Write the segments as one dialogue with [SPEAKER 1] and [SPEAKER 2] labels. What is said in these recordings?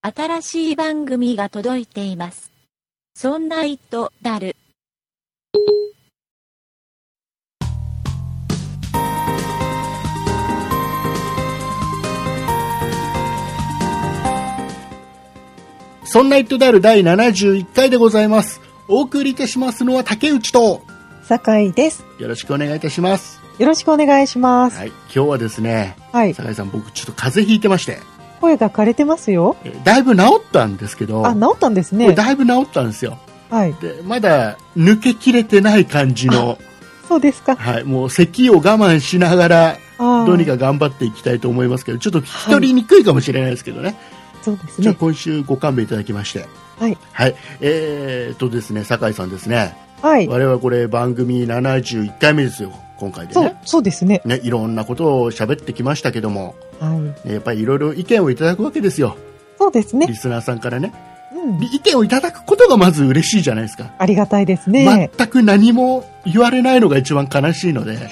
[SPEAKER 1] 新しい番組が届いています。そんな糸だる。
[SPEAKER 2] そんなイットである第71回でございます。お送りいたしますのは竹内と、
[SPEAKER 3] 酒井です。
[SPEAKER 2] よろしくお願いいたします。
[SPEAKER 3] よろしくお願いします。
[SPEAKER 2] はい、今日はですね、
[SPEAKER 3] はい。
[SPEAKER 2] 酒井さん僕ちょっと風邪ひいてまして、
[SPEAKER 3] 声が枯れてますよ。
[SPEAKER 2] えだいぶ治ったんですけど、
[SPEAKER 3] あ、治ったんです
[SPEAKER 2] これ
[SPEAKER 3] ね。
[SPEAKER 2] だいぶ治ったんですよ。
[SPEAKER 3] はい。
[SPEAKER 2] で、まだ抜けきれてない感じの、
[SPEAKER 3] そうですか。
[SPEAKER 2] はい、もう咳を我慢しながら、
[SPEAKER 3] あー
[SPEAKER 2] どうにか頑張っていきたいと思いますけど、ちょっと聞き取りにくいかもしれないですけどね。
[SPEAKER 3] そうです
[SPEAKER 2] じゃあ
[SPEAKER 3] ね。
[SPEAKER 2] 今週ご勘弁いただきまして。
[SPEAKER 3] はい。
[SPEAKER 2] はい。えー、っとですね、酒井さんですね。
[SPEAKER 3] はい。
[SPEAKER 2] 我々これ番組71回目ですよ今回で
[SPEAKER 3] そう
[SPEAKER 2] ね、
[SPEAKER 3] そうですね。
[SPEAKER 2] ねいろんなことを喋ってきましたけども、
[SPEAKER 3] はい。
[SPEAKER 2] ねやっぱりいろいろ意見をいただくわけですよ
[SPEAKER 3] そうです
[SPEAKER 2] リ
[SPEAKER 3] ね。
[SPEAKER 2] スナーさんからね
[SPEAKER 3] うん。
[SPEAKER 2] 意見をいただくことがまず嬉しいじゃないですか、
[SPEAKER 3] ありがたいですね。
[SPEAKER 2] 全く何も言われないのが一番悲しい ので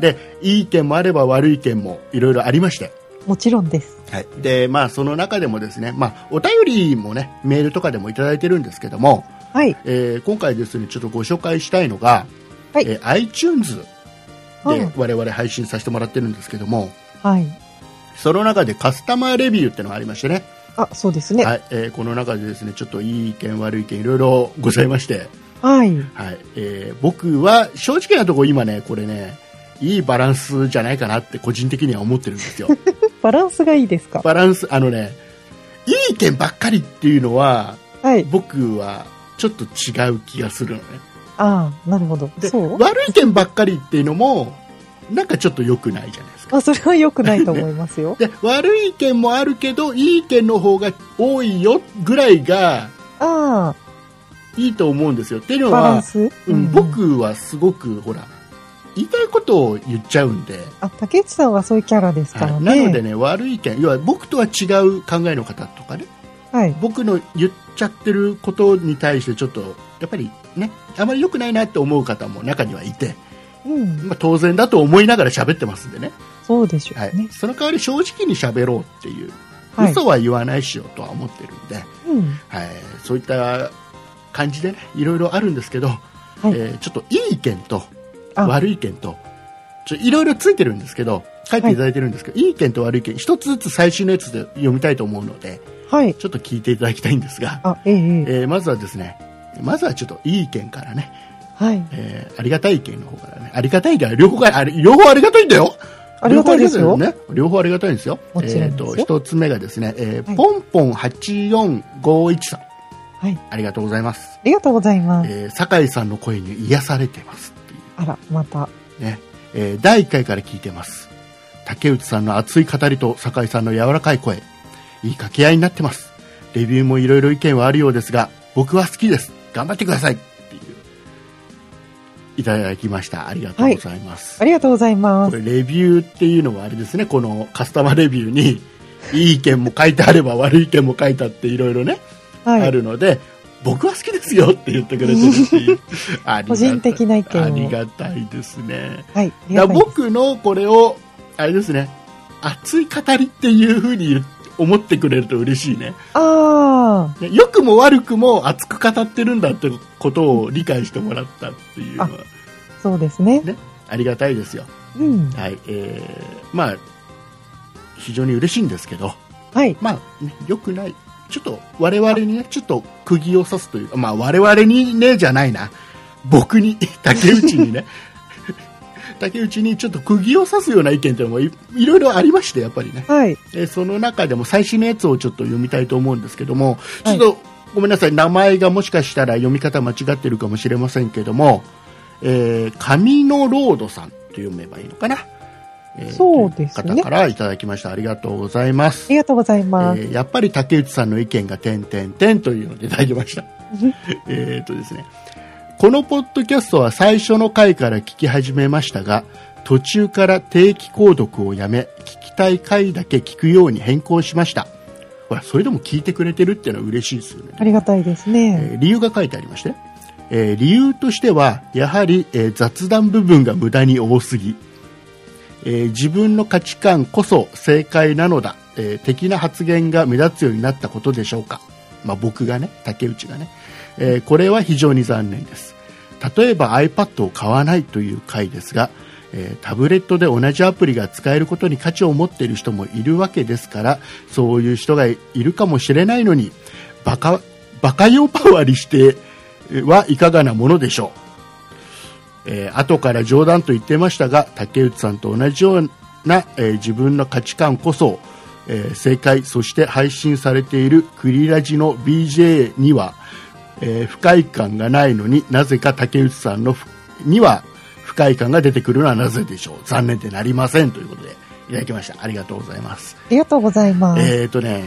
[SPEAKER 2] でいい意見もあれば悪い意見もいろいろありまして
[SPEAKER 3] もちろんです。
[SPEAKER 2] はい、でまあその中でもですね、まあ、お便りもねメールとかでもいただいてるんですけども、
[SPEAKER 3] はい。
[SPEAKER 2] えー今回ですねちょっとご紹介したいのが、
[SPEAKER 3] はい
[SPEAKER 2] えー iTunes
[SPEAKER 3] う
[SPEAKER 2] で
[SPEAKER 3] ん
[SPEAKER 2] 我々配信させてもらってるんですけども、
[SPEAKER 3] はい。
[SPEAKER 2] その中でカスタマーレビューってのがありましてね、
[SPEAKER 3] あ、そうですね。
[SPEAKER 2] はいえーこの中でですねちょっといい意見悪い意見いろいろございまして、
[SPEAKER 3] はい。
[SPEAKER 2] はいえー僕は正直なところ今ねこれねいいバランスじゃないかなって個人的には思ってるん ですよ
[SPEAKER 3] バランスがいいですか。
[SPEAKER 2] バランスあのねいい意見ばっかりっていうのは
[SPEAKER 3] はい。
[SPEAKER 2] 僕はちょっと違う気がするのね
[SPEAKER 3] ああ、なるほど。
[SPEAKER 2] で
[SPEAKER 3] そう
[SPEAKER 2] 悪い意見ばっかりっていうのもなんかちょっと良くないじゃないですか
[SPEAKER 3] あ、それは良くないと思います よ。
[SPEAKER 2] で悪い意見もあるけどいい意見の方が多いよぐらいが
[SPEAKER 3] あ
[SPEAKER 2] いいと思うんですよっていう
[SPEAKER 3] あ、
[SPEAKER 2] の
[SPEAKER 3] バラン
[SPEAKER 2] は、
[SPEAKER 3] ス。
[SPEAKER 2] うん
[SPEAKER 3] うん
[SPEAKER 2] 僕はすごくほら言いたいことを言っちゃうんで、
[SPEAKER 3] あ、竹内さんはそういうキャラですから
[SPEAKER 2] はい
[SPEAKER 3] ね。
[SPEAKER 2] なのでね悪い意見要は僕とは違う考えの方とかね
[SPEAKER 3] はい。
[SPEAKER 2] 僕の言っちゃってることに対してちょっとやっぱりねあまり良くないなって思う方も中にはいて、
[SPEAKER 3] うん。
[SPEAKER 2] まあ、当然だと思いながら喋ってますんでね、
[SPEAKER 3] そうでしょ
[SPEAKER 2] は
[SPEAKER 3] う
[SPEAKER 2] い
[SPEAKER 3] ね。
[SPEAKER 2] その代わり正直に喋ろうっていう、
[SPEAKER 3] はい。
[SPEAKER 2] 嘘は言わないしようとは思ってるんで。
[SPEAKER 3] うん。
[SPEAKER 2] はい、そういった感じでねいろいろあるんですけど、
[SPEAKER 3] い
[SPEAKER 2] えーちょっといい意見と
[SPEAKER 3] あ
[SPEAKER 2] 悪い意見とちょいろいろついてるんですけど書いていただいてるんですけど、い、い意見と悪い意見一つずつ最新のやつで読みたいと思うので
[SPEAKER 3] はい。
[SPEAKER 2] ちょっと聞いていただきたいんですが、
[SPEAKER 3] あ、ええ、ええ。
[SPEAKER 2] えーまずはですねまずはちょっといい意見からね、
[SPEAKER 3] はい。
[SPEAKER 2] えーありがたい意見の方からねありがたい意見両方があれ両方ありがたいんだよ
[SPEAKER 3] ありがたいですよ
[SPEAKER 2] 両方ありがたいんだね。両方ありがたいんですよ。
[SPEAKER 3] もちろん
[SPEAKER 2] えーと、
[SPEAKER 3] ですよ
[SPEAKER 2] 一つ目がですね、えー
[SPEAKER 3] はい
[SPEAKER 2] ポンポン84513さん。
[SPEAKER 3] はい。
[SPEAKER 2] ありがとうございます。
[SPEAKER 3] ありがとうございます。
[SPEAKER 2] えー酒井さんの声に癒されてますってい
[SPEAKER 3] あら、また。
[SPEAKER 2] うね、えー第1回から聞いてます竹内さんの熱い語りと酒井さんの柔らかい声いい掛け合いになってますレビューもいろいろ意見はあるようですが僕は好きです頑張ってくださいっていういただきましたありがとうございます、
[SPEAKER 3] ありがとうございま
[SPEAKER 2] こ
[SPEAKER 3] す。
[SPEAKER 2] れレビューっていうのはあれですねこのカスタマーレビューにいい意見も書いてあれば悪い意見も書いてあっていろいろね
[SPEAKER 3] は
[SPEAKER 2] あ
[SPEAKER 3] い。
[SPEAKER 2] るので、僕は好きですよって言ってくれてるって いうありがたい
[SPEAKER 3] 個人的な意見を
[SPEAKER 2] ありがたいですね
[SPEAKER 3] はい。あり
[SPEAKER 2] だから
[SPEAKER 3] がたいです
[SPEAKER 2] 僕のこれをあれですね熱い語りっていうふうに言う思ってくれると嬉しいね
[SPEAKER 3] あ
[SPEAKER 2] ね良くも悪くも熱く語ってるんだってことを理解してもらったっていうのは
[SPEAKER 3] あ、そうですね。
[SPEAKER 2] ねありがたいですよ
[SPEAKER 3] うん。
[SPEAKER 2] はいえー、まあ非常に嬉しいんですけど
[SPEAKER 3] はい。
[SPEAKER 2] まあ、ね、良くない。ちょっと、我々にね、ちょっと、釘を刺すというか、まあ、我々にね、じゃないな。僕に、 竹内にね。 竹内にちょっと釘を刺すような意見というのもいいろいろありまして、やっぱりね。
[SPEAKER 3] はい。
[SPEAKER 2] えーその中でも最新のやつをちょっと読みたいと思うんですけども、ちょ
[SPEAKER 3] は
[SPEAKER 2] っ
[SPEAKER 3] い
[SPEAKER 2] と、ごめんなさい、名前がもしかしたら読み方間違ってるかもしれませんけども、えー、紙のロードさんと読めばいいのかな。えー
[SPEAKER 3] そうです
[SPEAKER 2] とい
[SPEAKER 3] ね
[SPEAKER 2] う方からいただきました。ありがとうございます
[SPEAKER 3] あ。りがとうございます。
[SPEAKER 2] えーやっぱり竹内さんの意見が点点点というのでいただきました。 えーっとですね。このポッドキャストは最初の回から聞き始めましたが、途中から定期購読をやめ、聞きたい回だけ聞くように変更しました。ほら、それでも聞いてくれてるっていうのは嬉しいですよね。
[SPEAKER 3] ありがたいですね。
[SPEAKER 2] えー理由が書いてありまして、えー理由としてはやはり、えー雑談部分が無駄に多すぎ、えー自分の価値観こそ正解なのだえー的な発言が目立つようになったことでしょうか、まあ、僕がね竹内がね、えーこれは非常に残念です例えば iPad を買わないという回ですが、えータブレットで同じアプリが使えることに価値を持っている人もいるわけですからそういう人がいるかもしれないのにバカバカ用パワリしてはいかがなものでしょうえー後から冗談と言ってましたが竹内さんと同じような、えー自分の価値観こそ、えー正解そして配信されているクリラジの BJ には、えー不快感がないのになぜか竹内さんのふには不快感が出てくるのはなぜでしょう残念でなりませんということでいただきましたありがとうございます
[SPEAKER 3] ありがとうございます。
[SPEAKER 2] えー、とね、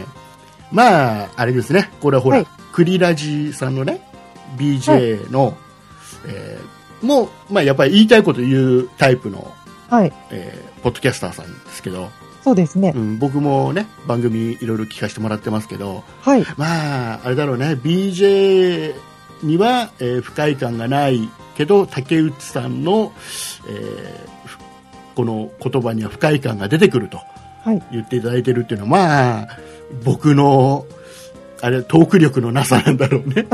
[SPEAKER 2] まあ、あれですね、これほら、
[SPEAKER 3] はい
[SPEAKER 2] クリラジさんのね、BJ の、えーもう、まあ、やっぱり言いたいこと言うタイプの、
[SPEAKER 3] はい。
[SPEAKER 2] えーポッドキャスターさんですけど、
[SPEAKER 3] そうですね
[SPEAKER 2] う。ん、僕もね、番組いろいろ聞かせてもらってますけど、
[SPEAKER 3] はい。
[SPEAKER 2] まあ、あれだろうね、BJ には、えー不快感がないけど、竹内さんの、えーふこの言葉には不快感が出てくると。
[SPEAKER 3] はい。
[SPEAKER 2] 言っていただいてるっていうのは、まあ、僕の、あれ、トーク力のなさなんだろうね。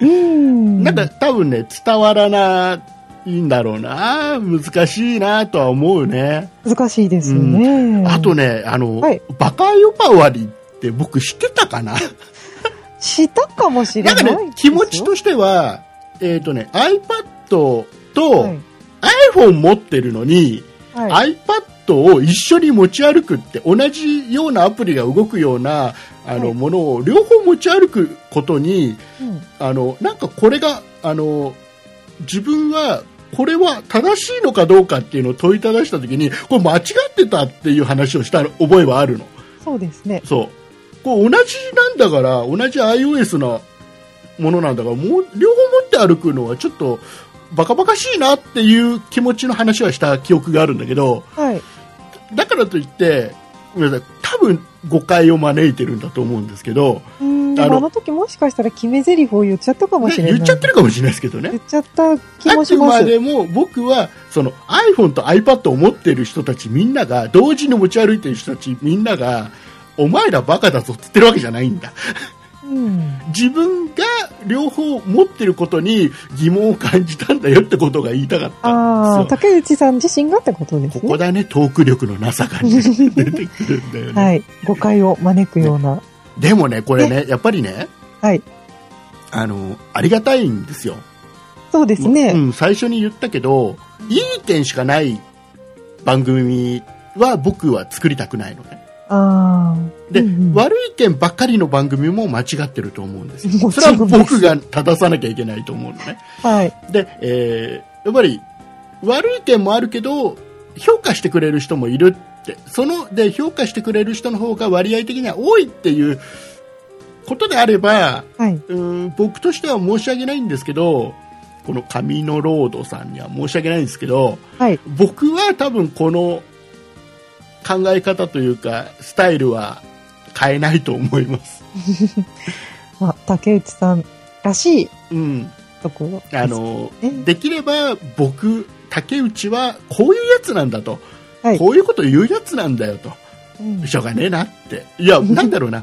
[SPEAKER 3] うーん。
[SPEAKER 2] なんか、多分ね、伝わらないんだろうな。難しいなとは思うね。
[SPEAKER 3] 難しいですよね。
[SPEAKER 2] あとね、あの、
[SPEAKER 3] はい
[SPEAKER 2] バカヨパワリって僕知ってたかな
[SPEAKER 3] したかもしれ
[SPEAKER 2] な
[SPEAKER 3] なんい
[SPEAKER 2] か
[SPEAKER 3] ですよ。
[SPEAKER 2] ね、気持ちとしては、えっ、とね、iPad と
[SPEAKER 3] はい
[SPEAKER 2] iPhone 持ってるのに、
[SPEAKER 3] はい。
[SPEAKER 2] iPad を一緒に持ち歩くって同じようなアプリが動くようなあの、
[SPEAKER 3] はい
[SPEAKER 2] ものを両方持ち歩くことに
[SPEAKER 3] うん
[SPEAKER 2] あのなんかこれがあの自分はこれは正しいのかどうかっていうのを問いただした時にこれ間違ってたっていう話をした覚えはあるの
[SPEAKER 3] そうですね。
[SPEAKER 2] そうこれ同じなんだから同じ iOS なものなんだからもう両方持って歩くのはちょっとバカバカしいなっていう気持ちの話はした記憶があるんだけど、
[SPEAKER 3] はい。
[SPEAKER 2] だからといって、ごめんなさい多分誤解を招いてるんだと思うんですけど、
[SPEAKER 3] うーん。
[SPEAKER 2] あ
[SPEAKER 3] あ
[SPEAKER 2] の
[SPEAKER 3] のあの時もしかしたら決め台詞を言っちゃったかも
[SPEAKER 2] ね
[SPEAKER 3] しれない。
[SPEAKER 2] 言っちゃってるかもしれないですけど
[SPEAKER 3] 言
[SPEAKER 2] ね。
[SPEAKER 3] っちゃった気も
[SPEAKER 2] あ
[SPEAKER 3] し
[SPEAKER 2] く
[SPEAKER 3] ま。
[SPEAKER 2] ますでも僕はその iPhone と iPad を持ってる人たちみんなが同時に持ち歩いてる人たちみんながお前らバカだぞって言ってるわけじゃないんだ
[SPEAKER 3] うん。
[SPEAKER 2] 自分が両方持ってることに疑問を感じたんだよってことが言いたかった
[SPEAKER 3] あ
[SPEAKER 2] ん
[SPEAKER 3] あ、
[SPEAKER 2] ですよ
[SPEAKER 3] 竹内さん自身がってことです
[SPEAKER 2] こ
[SPEAKER 3] ね。
[SPEAKER 2] こだねトーク力のなさ が、ね、出てくるんだよね、
[SPEAKER 3] はい。誤解を招くような。
[SPEAKER 2] でもねこれねやっぱりね
[SPEAKER 3] はい。
[SPEAKER 2] あのありがたいんですよ
[SPEAKER 3] そうです
[SPEAKER 2] う
[SPEAKER 3] ね。
[SPEAKER 2] ん、最初に言ったけど、いい点しかない番組は僕は作りたくないのね。
[SPEAKER 3] ああ。
[SPEAKER 2] で、
[SPEAKER 3] うんうん
[SPEAKER 2] 悪い点ばっかりの番組も間違ってると思うんですよ。
[SPEAKER 3] も
[SPEAKER 2] そ
[SPEAKER 3] ち
[SPEAKER 2] れは
[SPEAKER 3] ろんです
[SPEAKER 2] 僕が正さなきゃいけないと思うのね。
[SPEAKER 3] はい。
[SPEAKER 2] で、えーやっぱり悪い点もあるけど、評価してくれる人もいるって、その、で、評価してくれる人の方が割合的には多いっていうことであれば、
[SPEAKER 3] はい。
[SPEAKER 2] うーん僕としては申し訳ないんですけどこの紙のロードさんには申し訳ないんですけど
[SPEAKER 3] はい。
[SPEAKER 2] 僕は多分この考え方というかスタイルは変えないと思います、
[SPEAKER 3] まあ、竹内さんらしい
[SPEAKER 2] うん、
[SPEAKER 3] ところ。
[SPEAKER 2] あ、の
[SPEAKER 3] ね
[SPEAKER 2] できれば僕竹内はこういうやつなんだと、
[SPEAKER 3] はい
[SPEAKER 2] こういうこと言うやつなんだよと
[SPEAKER 3] うん
[SPEAKER 2] しょうがねえなって。い や、なんだろうな。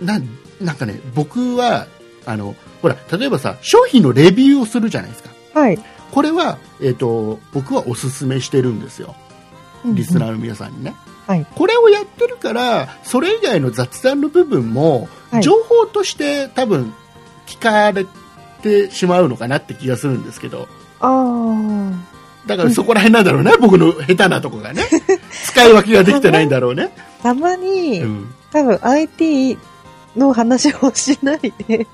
[SPEAKER 2] な、なんかね、僕は、あの、ほら、例えばさ、商品のレビューをするじゃないですか。
[SPEAKER 3] はい。
[SPEAKER 2] これは、えっ、と、僕はおすすめしてるんですよ。リスナ
[SPEAKER 3] ー。
[SPEAKER 2] ーの皆さんにね。
[SPEAKER 3] はい
[SPEAKER 2] これをやってるから、それ以外の雑談の部分も、
[SPEAKER 3] はい
[SPEAKER 2] 情報として多分、聞かれてしまうのかなって気がするんですけど。
[SPEAKER 3] あ
[SPEAKER 2] だからそこら辺なんだろうね、僕の下手なとこが ね。使い分けができてないんだろうね。
[SPEAKER 3] あ。たまに、
[SPEAKER 2] うん
[SPEAKER 3] 多分 IT の話をしない で、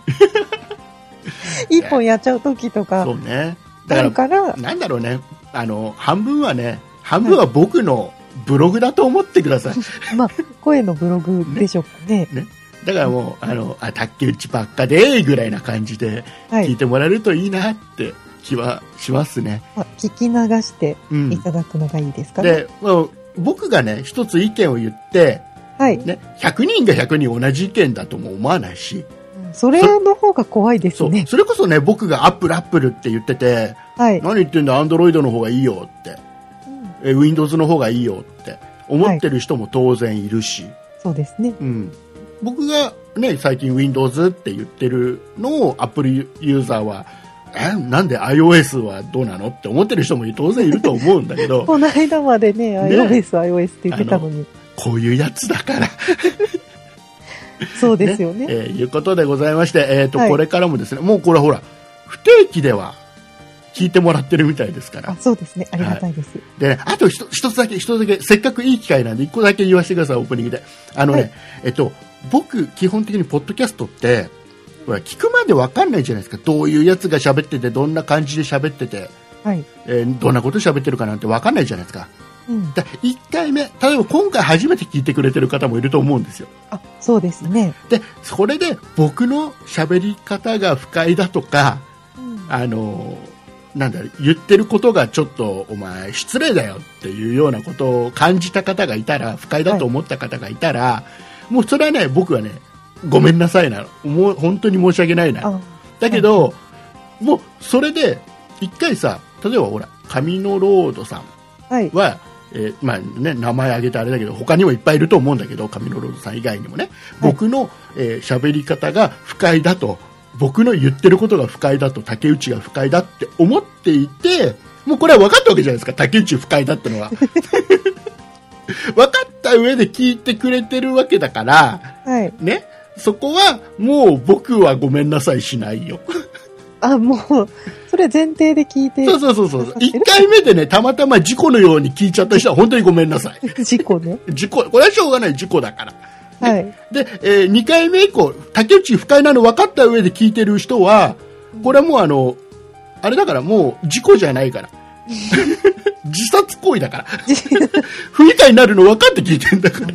[SPEAKER 3] 一本やっちゃう時とか
[SPEAKER 2] そ、うね。だ
[SPEAKER 3] あ
[SPEAKER 2] か
[SPEAKER 3] る
[SPEAKER 2] ら、
[SPEAKER 3] から、
[SPEAKER 2] なんだろうね。あの、半分はね、半分は僕のブログだと思ってく ださい。
[SPEAKER 3] まあ、声のブログでしょうか ね。
[SPEAKER 2] だからもう、あの、あ、卓球打ちばっかで、ぐらいな感じで、
[SPEAKER 3] は
[SPEAKER 2] 聞い
[SPEAKER 3] い。
[SPEAKER 2] てもらえるといいなって気はしますね。
[SPEAKER 3] まあ聞き流して
[SPEAKER 2] うん
[SPEAKER 3] い。ただくのがいいですかね。
[SPEAKER 2] で、もう僕がね、一つ意見を言って、
[SPEAKER 3] はい。
[SPEAKER 2] ね、100人が100人同じ意見だとも思わないし、
[SPEAKER 3] それの方が怖いです
[SPEAKER 2] そう、
[SPEAKER 3] ね。
[SPEAKER 2] それこそね、僕がアップルアップルって言ってて、
[SPEAKER 3] はい。
[SPEAKER 2] 何言ってんだ、アンドロイドの方がいいよって、え Windows の方がいいよって、思ってる人も当然いるし、
[SPEAKER 3] そうですね。
[SPEAKER 2] うん、僕が、ね、最近 Windows って言ってるのを Apple ユーザーはえなんで iOS はどうなのって思ってる人も当然いると思うんだけ ど
[SPEAKER 3] この間までね、
[SPEAKER 2] ね
[SPEAKER 3] iOS、iOS って言ってたのに。
[SPEAKER 2] こういうやつだから
[SPEAKER 3] そうですよ
[SPEAKER 2] え
[SPEAKER 3] ね。
[SPEAKER 2] ーいうことでございまして、えーと
[SPEAKER 3] はい
[SPEAKER 2] これからもですねもうこれほら不定期では聞いてもらってるみたいですから
[SPEAKER 3] あ、そうですね。ありがたいです。
[SPEAKER 2] でね、あと一つ一つだけ、一つだけ、せっかくいい機会なんで、一個だけ言わせてください、オープニングで。あのね、
[SPEAKER 3] はい
[SPEAKER 2] えっと、僕、基本的にポッドキャストって、ほら、聞くまでわかんないじゃないですか。どういうやつが喋ってて、どんな感じで喋ってて、
[SPEAKER 3] はい。
[SPEAKER 2] えーどんなこと喋ってるかなんてわかんないじゃないですか。
[SPEAKER 3] うん。
[SPEAKER 2] だ1回目、例えば今回初めて聞いてくれてる方もいると思うんですよ。
[SPEAKER 3] あ、そうですね。
[SPEAKER 2] で、それで僕の喋り方が不快だとか、
[SPEAKER 3] うん
[SPEAKER 2] あのなんだ言ってることがちょっとお前失礼だよっていうようなことを感じた方がいたら不快だと思った方がいたら、もうそれはね僕はねごめんなさいなのもう本当に申し訳ないな
[SPEAKER 3] あ、
[SPEAKER 2] だけど、もうそれで一回さ例えばほら上野ロードさん
[SPEAKER 3] はい。
[SPEAKER 2] は、えーまあね、名前挙げてあれだけど他にもいっぱいいると思うんだけど上野ロードさん以外にもね
[SPEAKER 3] はい
[SPEAKER 2] 僕の喋、えー喋り方が不快だと僕の言ってることが不快だと竹内が不快だって思っていてもうこれは分かったわけじゃないですか竹内不快だっての は分かった上で聞いてくれてるわけだから
[SPEAKER 3] はい。
[SPEAKER 2] ねそこはもう僕はごめんなさいしないよ
[SPEAKER 3] あ、もう、それ前提で聞いて、
[SPEAKER 2] そうそうそうそう1回目でねたまたま事故のように聞いちゃった人は本当にごめんなさい
[SPEAKER 3] 事故ね。
[SPEAKER 2] 事故これはしょうがない事故だから
[SPEAKER 3] はい。
[SPEAKER 2] で、え2回目以降竹内不快なの分かった上で聞いてる人はこれはもうあのあれだからもう事故じゃないから 自殺行為だから
[SPEAKER 3] じ
[SPEAKER 2] 不愉快になるの分かって聞いてんだから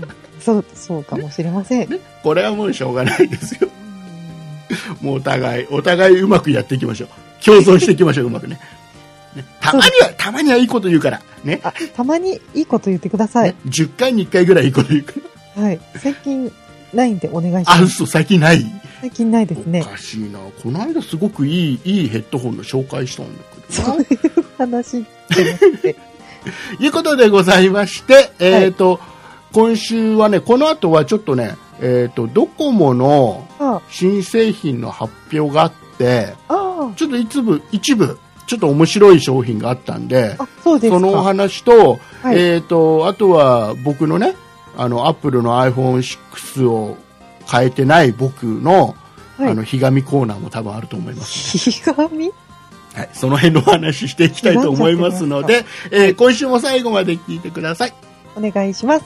[SPEAKER 3] そう、そうかもしれません。うん
[SPEAKER 2] これはもうしょうがないですよもうお互いお互いうまくやっていきましょう共存していきましょううまくねねたまにはたまにはいいこと言うからね
[SPEAKER 3] あ、たまにいいこと言ってください
[SPEAKER 2] ね。10回に1回ぐらいいいこと言うから
[SPEAKER 3] はい。最近、ないんでお願いしま
[SPEAKER 2] あ
[SPEAKER 3] す。
[SPEAKER 2] 嘘最近ない
[SPEAKER 3] 最近ないですね
[SPEAKER 2] お。かしいなこの間すごくいいいいヘッドホンの紹介したんだけど
[SPEAKER 3] そう
[SPEAKER 2] な
[SPEAKER 3] いう話ってなくて。
[SPEAKER 2] ということでございまして、えっ、と、今週はね、この後はちょっとね、えっ、と、ドコモの
[SPEAKER 3] あ
[SPEAKER 2] 新製品の発表があって、
[SPEAKER 3] あ
[SPEAKER 2] ちょっと一部、一部、ちょっと面白い商品があったんで、
[SPEAKER 3] あ、あ、そうですか。
[SPEAKER 2] そのお話と、
[SPEAKER 3] はい
[SPEAKER 2] えっ、と、あとは僕のね、あの、アップルの iPhone6 を変えてない僕の、
[SPEAKER 3] はい
[SPEAKER 2] あの、ひがみコーナーも多分あると思います。
[SPEAKER 3] ひがみ
[SPEAKER 2] はい、その辺のお話ししていきたいと思いますので、えー今週も最後まで聞いてください。
[SPEAKER 3] お願いします。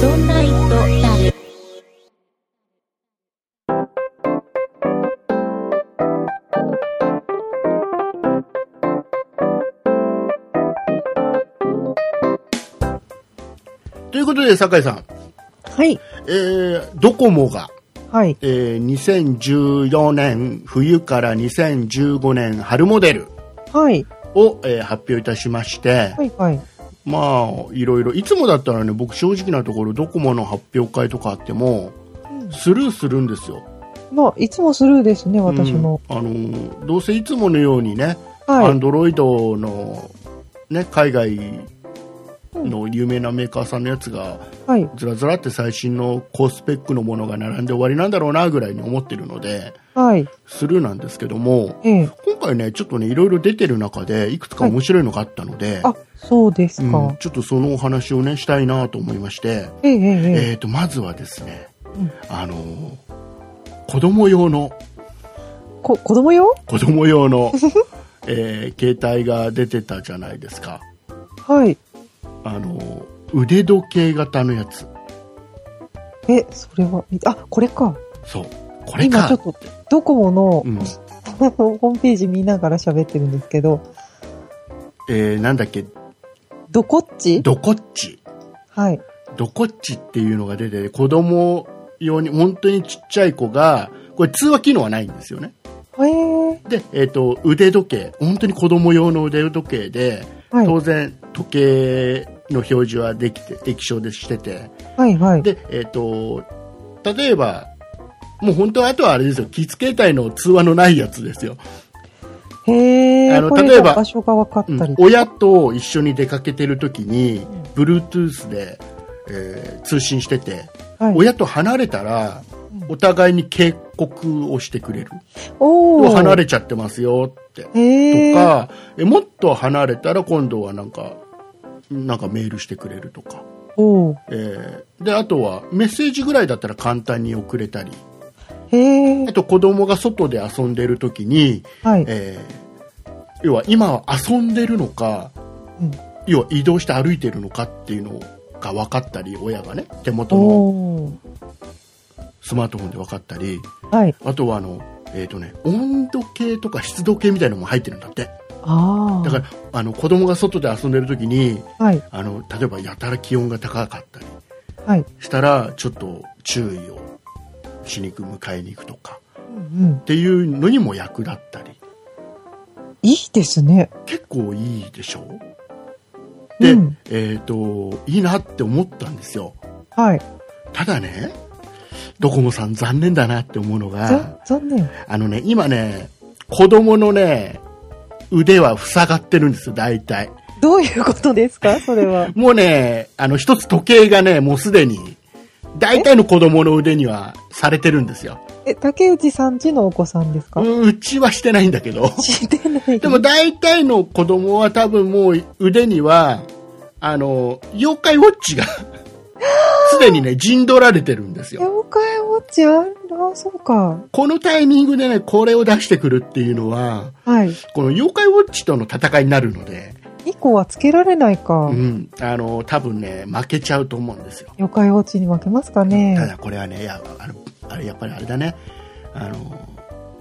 [SPEAKER 1] そんな糸だる。
[SPEAKER 2] ということで、酒井さん、
[SPEAKER 3] はい。
[SPEAKER 2] えードコモが、
[SPEAKER 3] はい。
[SPEAKER 2] えー2014年冬から2015年春モデル
[SPEAKER 3] はい。
[SPEAKER 2] を、えー発表いたしまして、
[SPEAKER 3] はい。はい。
[SPEAKER 2] まあ、いろいろ、いつもだったらね、僕正直なところ、ドコモの発表会とかあっても、スルーするんですよ。
[SPEAKER 3] まあ、いつもスルーですね、私も。
[SPEAKER 2] うんあのーどうせいつものようにね、ア
[SPEAKER 3] は
[SPEAKER 2] ン
[SPEAKER 3] い。
[SPEAKER 2] ドロイドの、ね、海外の有名なメーカーさんのやつが
[SPEAKER 3] はい。
[SPEAKER 2] ずらずらって最新の高スペックのものが並んで終わりなんだろうなぐらいに思ってるので
[SPEAKER 3] はい。
[SPEAKER 2] スルーなんですけども
[SPEAKER 3] ええ。
[SPEAKER 2] 今回ねちょっとねいろいろ出てる中でいくつか面白いのがあったので、
[SPEAKER 3] あ、そうです
[SPEAKER 2] うん
[SPEAKER 3] か。
[SPEAKER 2] ちょっとそのお話をねしたいなと思いまして、
[SPEAKER 3] ええ、ええ、ええ。
[SPEAKER 2] えー、とまずはですね、
[SPEAKER 3] ん
[SPEAKER 2] あのー子供用の
[SPEAKER 3] こ、子供用
[SPEAKER 2] 子供用 の、えー携帯が出てたじゃないですか。
[SPEAKER 3] はい。
[SPEAKER 2] あの腕時計型のやつ
[SPEAKER 3] え、それは、あ、これか。
[SPEAKER 2] そうこれ
[SPEAKER 3] 今
[SPEAKER 2] か
[SPEAKER 3] ちょっと、ドコモの、
[SPEAKER 2] うん
[SPEAKER 3] ホームページ見ながら喋ってるんですけど、
[SPEAKER 2] えー、なんだっけ、
[SPEAKER 3] どこっち
[SPEAKER 2] どこっち。
[SPEAKER 3] はい。
[SPEAKER 2] どこっちっていうのが出てて、子供用に、本当にちっちゃい子が、これ通話機能はないんですよね。
[SPEAKER 3] へえ。
[SPEAKER 2] で、えっ、と、腕時計、本当に子供用の腕時計で、
[SPEAKER 3] はい。
[SPEAKER 2] 当然、時計の表示はできて、液晶でしてて、
[SPEAKER 3] はいはい。
[SPEAKER 2] で、えっ、と、例えば、もう本当はあとはあれですよ、キッズ携帯の通話のないやつですよ。
[SPEAKER 3] へえ。
[SPEAKER 2] あの
[SPEAKER 3] これ
[SPEAKER 2] 例え
[SPEAKER 3] が
[SPEAKER 2] ば
[SPEAKER 3] 場所が分かった
[SPEAKER 2] う
[SPEAKER 3] り。
[SPEAKER 2] ん親と一緒に出かけてる時に、Bluetooth で、えー通信してて、
[SPEAKER 3] はい。
[SPEAKER 2] 親と離れたら
[SPEAKER 3] う、ん
[SPEAKER 2] お互いに警告をしてくれる。
[SPEAKER 3] おお。
[SPEAKER 2] 離れちゃってますよって。
[SPEAKER 3] へ
[SPEAKER 2] と
[SPEAKER 3] え。
[SPEAKER 2] か、えもっと離れたら今度はなんか、なんかメールしてくれるとか。
[SPEAKER 3] おお。
[SPEAKER 2] えーで、あとはメッセージぐらいだったら簡単に送れたり。
[SPEAKER 3] へえ
[SPEAKER 2] あ。と子供が外で遊んでる時に、
[SPEAKER 3] はい。
[SPEAKER 2] えー要は今は遊んでるのか、
[SPEAKER 3] うん
[SPEAKER 2] 要は移動して歩いてるのかっていうのが分かったり、親がね、手元
[SPEAKER 3] お
[SPEAKER 2] の
[SPEAKER 3] お。
[SPEAKER 2] スマートフォンで分かったり、
[SPEAKER 3] はい。
[SPEAKER 2] あとはあの、えっ、とね、温度計とか湿度計みたいなのも入ってるんだって。
[SPEAKER 3] ああ。
[SPEAKER 2] だから、あの、子供が外で遊んでる時に、
[SPEAKER 3] はい。
[SPEAKER 2] あの、例えばやたら気温が高かったり
[SPEAKER 3] はい。
[SPEAKER 2] したら、ちょっと注意をしに行く、迎えに行くとか、
[SPEAKER 3] うんうん。
[SPEAKER 2] っていうのにも役立ったり、
[SPEAKER 3] いいですね。
[SPEAKER 2] 結構いいでしょうで、
[SPEAKER 3] うん
[SPEAKER 2] えっ、と、いいなって思ったんですよ。
[SPEAKER 3] はい。
[SPEAKER 2] ただね、ドコモさん残念だなって思うのが
[SPEAKER 3] ざ、残念。
[SPEAKER 2] あのね、今ね、子供のね、腕は塞がってるんですよ、大体。。
[SPEAKER 3] どういうことですかそれは
[SPEAKER 2] もうね、あの、一つ時計がね、もうすでに、大体の子供の腕にはされてるんですよ。
[SPEAKER 3] え、竹内さんちのお子さんですか
[SPEAKER 2] ううちはしてないんだけど。
[SPEAKER 3] してない。
[SPEAKER 2] でも、大体の子供は多分もう腕には、あの、妖怪ウォッチが、 すでにね、陣取られてるんですよ。
[SPEAKER 3] 妖怪ウォッチあるあ、そうか。
[SPEAKER 2] このタイミングでね、これを出してくるっていうのは、
[SPEAKER 3] はい。
[SPEAKER 2] この妖怪ウォッチとの戦いになるので、
[SPEAKER 3] 以降はつけられないか。
[SPEAKER 2] うん、あの、多分ね、負けちゃうと思うんですよ。
[SPEAKER 3] 妖怪ウォッチに負けますか
[SPEAKER 2] た
[SPEAKER 3] ね。
[SPEAKER 2] だこれはね、いや、あの、あれ、やっぱりあれだね。あの、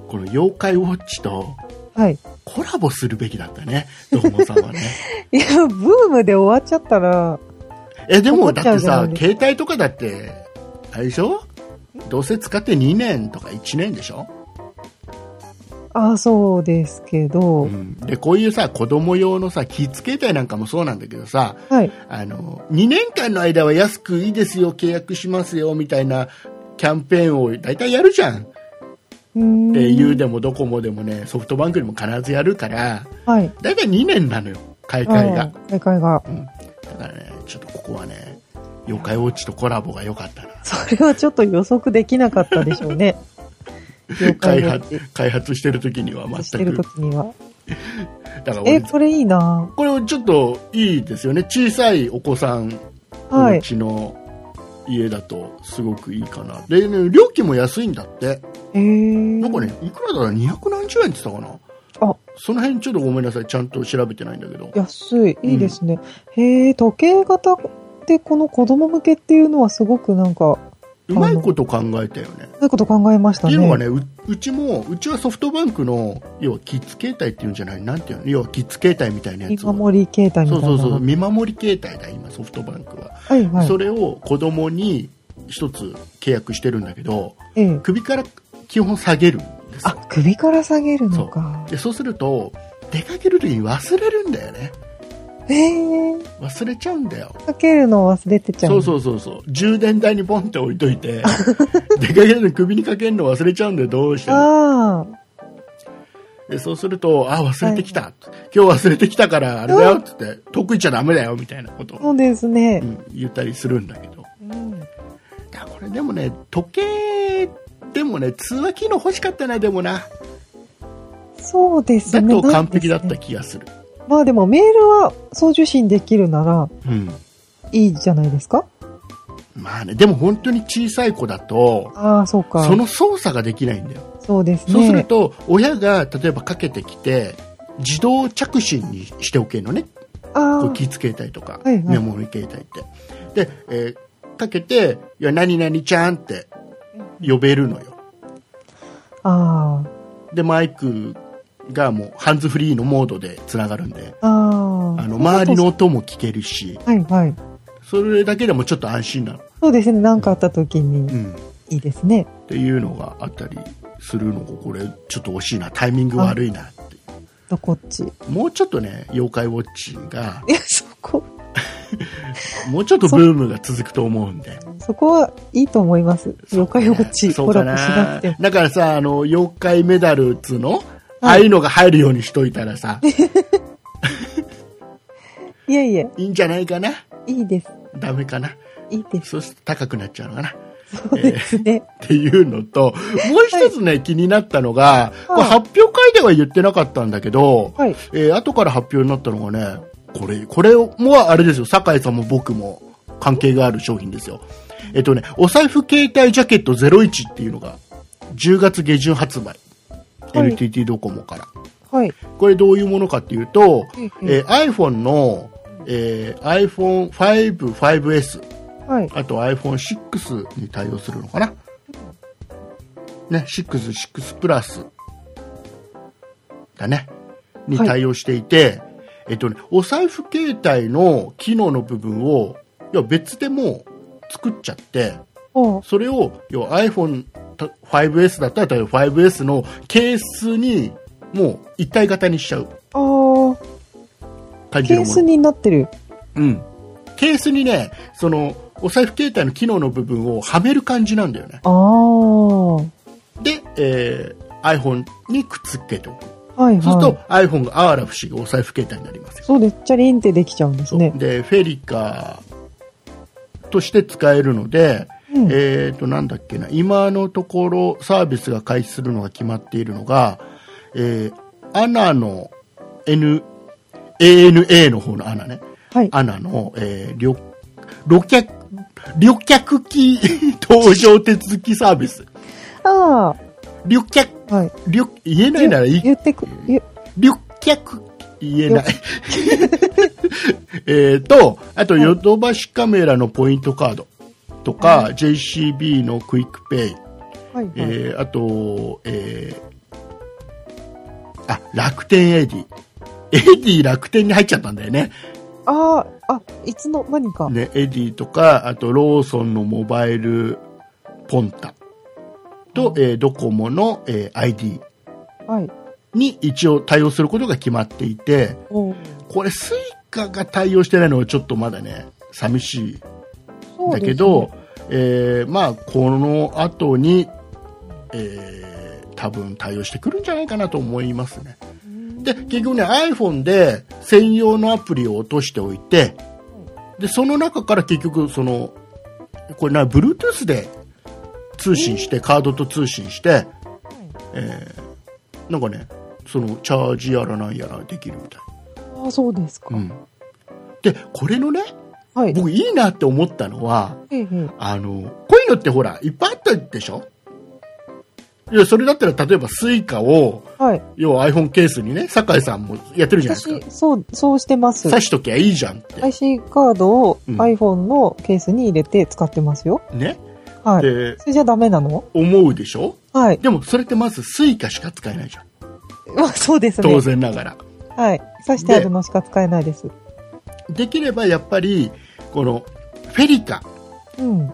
[SPEAKER 2] この妖怪ウォッチと
[SPEAKER 3] はい。
[SPEAKER 2] コラボするべきだったね。ドコモさん はね。
[SPEAKER 3] いや、ブームで終わっちゃったら、
[SPEAKER 2] え、で
[SPEAKER 3] 怒
[SPEAKER 2] も
[SPEAKER 3] っ
[SPEAKER 2] だ
[SPEAKER 3] ちゃ
[SPEAKER 2] っ
[SPEAKER 3] う
[SPEAKER 2] て
[SPEAKER 3] じゃ
[SPEAKER 2] さ
[SPEAKER 3] ない、ですか
[SPEAKER 2] 携帯とかだって、あれでしょどうせ使って2年とか1年でしょ、
[SPEAKER 3] ああ、そうですけど、
[SPEAKER 2] うん、で、こういうさ、子供用のさ、キッズ携帯なんかもそうなんだけどさ、
[SPEAKER 3] はい。
[SPEAKER 2] あの、2年間の間は安くいいですよ、契約しますよ、みたいなキャンペーンを大体やるじゃん。
[SPEAKER 3] うーん。
[SPEAKER 2] で、u でもドコモでもね、ソフトバンクでも必ずやるから、
[SPEAKER 3] はい。
[SPEAKER 2] 大体2年なのよ、買い替え
[SPEAKER 3] う
[SPEAKER 2] が
[SPEAKER 3] ん。買い替えが。
[SPEAKER 2] だからね、ちょっとここはね、妖怪ウォッチとコラボが良かったな。
[SPEAKER 3] それはちょっと予測できなかったでしょう ね。妖
[SPEAKER 2] 開
[SPEAKER 3] 怪ウォ
[SPEAKER 2] 発
[SPEAKER 3] ッ
[SPEAKER 2] 開発してる時には
[SPEAKER 3] チして
[SPEAKER 2] 全
[SPEAKER 3] る
[SPEAKER 2] く。
[SPEAKER 3] 時には。
[SPEAKER 2] だから
[SPEAKER 3] え、
[SPEAKER 2] 俺、
[SPEAKER 3] これいいな
[SPEAKER 2] これをちょっといいですよね。小さいお子さん、お
[SPEAKER 3] はい。
[SPEAKER 2] 家の家だとすごくいいかな。で、ね、料金も安いんだって。
[SPEAKER 3] えー。
[SPEAKER 2] なんかね、いくらだろう ?200 何十円って言ったかな
[SPEAKER 3] あ
[SPEAKER 2] その辺ちょっとごめんなさい。ちゃんと調べてないんだけど。
[SPEAKER 3] 安い。いいですね。へえ、時計型ってこの子供向けっていうのはすごくなんか、
[SPEAKER 2] うまいこと考えたよね。
[SPEAKER 3] そういうこと考えまし
[SPEAKER 2] ったて
[SPEAKER 3] ね。
[SPEAKER 2] いうのがね、ううちも、うちはソフトバンクの、要はキッズ携帯っていうんじゃない、なんていうの、要はキッズ携帯みたいなや
[SPEAKER 3] 見
[SPEAKER 2] つを。
[SPEAKER 3] 守り携帯
[SPEAKER 2] そう
[SPEAKER 3] みたい
[SPEAKER 2] そうそ
[SPEAKER 3] な。
[SPEAKER 2] う、見守り携帯だ、今、ソフトバンクは。
[SPEAKER 3] はいはい。
[SPEAKER 2] それを子供に一つ契約してるんだけど、
[SPEAKER 3] ええ。
[SPEAKER 2] 首から基本下げるんです
[SPEAKER 3] あ
[SPEAKER 2] よ。、
[SPEAKER 3] 首から下げるのか。
[SPEAKER 2] で、そうすると、出かける時に忘れるんだよね。
[SPEAKER 3] ええ。
[SPEAKER 2] 忘れちゃうんだよ。
[SPEAKER 3] かけるのを忘れてちゃ。
[SPEAKER 2] そううそうそうそう。充電台にポンって置いとい て、出かけるのに首にかけるの忘れちゃうんだよ、どうしても。
[SPEAKER 3] あ
[SPEAKER 2] でそうすると、あ、忘れてきた、今日忘れてきたから、あれだよって言って、得意じゃダメだよみたいなこと
[SPEAKER 3] あ、
[SPEAKER 2] を、
[SPEAKER 3] そうですね
[SPEAKER 2] う。ん言ったりするんだけど。
[SPEAKER 3] うん
[SPEAKER 2] いやこれでもね、時計、でもね、通話機能欲しかったな、でもな。
[SPEAKER 3] そうです
[SPEAKER 2] だ
[SPEAKER 3] ね。
[SPEAKER 2] と完璧だっ
[SPEAKER 3] な
[SPEAKER 2] た
[SPEAKER 3] んですね
[SPEAKER 2] 気がする。
[SPEAKER 3] まあでもメールは送受信できるなら
[SPEAKER 2] うん。
[SPEAKER 3] いいじゃないですか。
[SPEAKER 2] まあね、でも本当に小さい子だと、
[SPEAKER 3] ああ、そうか。
[SPEAKER 2] その操作ができないんだよ。
[SPEAKER 3] そうですね。
[SPEAKER 2] そうすると、親が例えばかけてきて、自動着信にしておけるのね。こ
[SPEAKER 3] ああ
[SPEAKER 2] う、気付けたりとか、
[SPEAKER 3] はいはい
[SPEAKER 2] メモリ携帯って。で、えーかけて、いや、何々ちゃんって呼べるのよ。
[SPEAKER 3] ああ、
[SPEAKER 2] でマイクがもうハンズフリーのモードでつながるんで
[SPEAKER 3] ああ。
[SPEAKER 2] あの周りの。音も聞けるし
[SPEAKER 3] はいはい。
[SPEAKER 2] それだけでもちょっと安心なの、
[SPEAKER 3] そうですね。何かあった時
[SPEAKER 2] う
[SPEAKER 3] に
[SPEAKER 2] ん、っ
[SPEAKER 3] いいですね。
[SPEAKER 2] ていうのがあったりするのがこれちょっと惜しいなタイミング悪いなって
[SPEAKER 3] とこっち。い
[SPEAKER 2] もうちょっとね妖怪ウォッチが
[SPEAKER 3] や、そこ、
[SPEAKER 2] もうちょっとブームが続くと思うんで
[SPEAKER 3] そこはいいと思います。妖怪ウォッチ、
[SPEAKER 2] そ
[SPEAKER 3] コ
[SPEAKER 2] うか
[SPEAKER 3] ラボしな
[SPEAKER 2] な
[SPEAKER 3] くても。
[SPEAKER 2] だからさあの妖怪メダルっつうの、ああいうのが入るようにしといたらさ
[SPEAKER 3] いやいや、
[SPEAKER 2] いいんじゃないかない
[SPEAKER 3] いです。
[SPEAKER 2] ダメかない
[SPEAKER 3] いです。
[SPEAKER 2] そうすると高くなっちゃうのかなっ
[SPEAKER 3] そうですね。
[SPEAKER 2] ていうのと、もう一つね、気になったのが、これ
[SPEAKER 3] はい
[SPEAKER 2] 発表会では言ってなかったんだけど、
[SPEAKER 3] はい。
[SPEAKER 2] えー後から発表になったのがね、これ、これもあれですよ、酒井さんも僕も関係がある商品ですよ。えっとね、お財布携帯ジャケット01っていうのが、10月下旬発売。
[SPEAKER 3] い
[SPEAKER 2] NTT ドコモから。
[SPEAKER 3] はい。
[SPEAKER 2] これどういうものかっていうと、
[SPEAKER 3] うんうん
[SPEAKER 2] えー iPhone の、えー iPhone 5、5S
[SPEAKER 3] はい。
[SPEAKER 2] あと iPhone6 に対応するのかな。ね、6、6プラスだね。に
[SPEAKER 3] はい
[SPEAKER 2] 対応していて、えっとね、お財布携帯の機能の部分を、要は別でもう作っちゃって、
[SPEAKER 3] おう
[SPEAKER 2] それを、要は iPhone5S だったら、例えば 5S のケースに、もう一体型にしちゃう
[SPEAKER 3] あ
[SPEAKER 2] 感
[SPEAKER 3] あ、
[SPEAKER 2] じ
[SPEAKER 3] ケ
[SPEAKER 2] の
[SPEAKER 3] ー
[SPEAKER 2] も
[SPEAKER 3] ス
[SPEAKER 2] の。
[SPEAKER 3] になってる。
[SPEAKER 2] うん。ケースにね、その、お財布携帯の機能の部分をはめる感じなんだよね。
[SPEAKER 3] ああ。は
[SPEAKER 2] で、えー iPhone にくっつけておく。
[SPEAKER 3] い
[SPEAKER 2] そうする
[SPEAKER 3] は
[SPEAKER 2] と、iPhone があわら不思議お財布携帯になります
[SPEAKER 3] い。
[SPEAKER 2] よ。
[SPEAKER 3] そうです。チャリンってできちゃうんです
[SPEAKER 2] そう
[SPEAKER 3] ね。
[SPEAKER 2] で、フェリカとして使えるので、
[SPEAKER 3] うん
[SPEAKER 2] えっ、と、なんだっけな、今のところサービスが開始するのが決まっているのが、えーアナの N、ANA の方のアナね。
[SPEAKER 3] はい。
[SPEAKER 2] アナの、えー、旅、旅客、旅客機 搭乗手続きサービス。
[SPEAKER 3] あ
[SPEAKER 2] 旅客、
[SPEAKER 3] あ。はい。
[SPEAKER 2] 旅、言えないならいい
[SPEAKER 3] 言ってく、言
[SPEAKER 2] 旅客、言えない。 えっと、あと、ヨドバシカメラのポイントカードとか、JCB のクイックペイ、
[SPEAKER 3] はいはい。
[SPEAKER 2] えーあと、えーあ、楽天エディ。エディ楽天に入っちゃったんだよね。
[SPEAKER 3] ああ、あ、いつの間にか。
[SPEAKER 2] ね、エディとか、あとローソンのモバイルポンタと、えードコモの、えー ID
[SPEAKER 3] はい。
[SPEAKER 2] に一応対応することが決まっていて、
[SPEAKER 3] おう
[SPEAKER 2] これスイカが対応してないのはちょっとまだね、寂しいん
[SPEAKER 3] そう
[SPEAKER 2] だ
[SPEAKER 3] ですね
[SPEAKER 2] けど、、えーまあ、この後に、えー多分対応してくるんじゃないかなと思いますね。
[SPEAKER 3] うん
[SPEAKER 2] で、結局ね、iPhone で専用のアプリを落としておいて、で、その中から結局、その、これな、Bluetooth で通信して、カードと通信して、えーなんかね、その、チャージやらなんやらできるみたい。
[SPEAKER 3] ああ、そうですか。
[SPEAKER 2] うん。で、これのね、
[SPEAKER 3] はい。
[SPEAKER 2] 僕いいなって思ったのは、
[SPEAKER 3] えええ
[SPEAKER 2] あの、こういうのってほら、いっぱいあったでしょいや、それだったら、例えば Suica を、
[SPEAKER 3] えはい。
[SPEAKER 2] 要は iPhone ケースにね、酒井さんもやってるじゃないですか
[SPEAKER 3] 私。、そう、そうしてます。
[SPEAKER 2] 刺しときゃいいじゃんって。
[SPEAKER 3] IC カードを
[SPEAKER 2] うん
[SPEAKER 3] iPhone のケースに入れて使ってますよ。
[SPEAKER 2] ね。
[SPEAKER 3] はい。
[SPEAKER 2] で、
[SPEAKER 3] それじゃダメなの
[SPEAKER 2] 思うでしょ
[SPEAKER 3] はい。
[SPEAKER 2] でもそれってまずスイカしか使えないじゃん。
[SPEAKER 3] まあ、 そうですね
[SPEAKER 2] 当。然ながら。
[SPEAKER 3] はい。挿してあるのしか使えないです。
[SPEAKER 2] できればやっぱり、この、フェリカ
[SPEAKER 3] うん。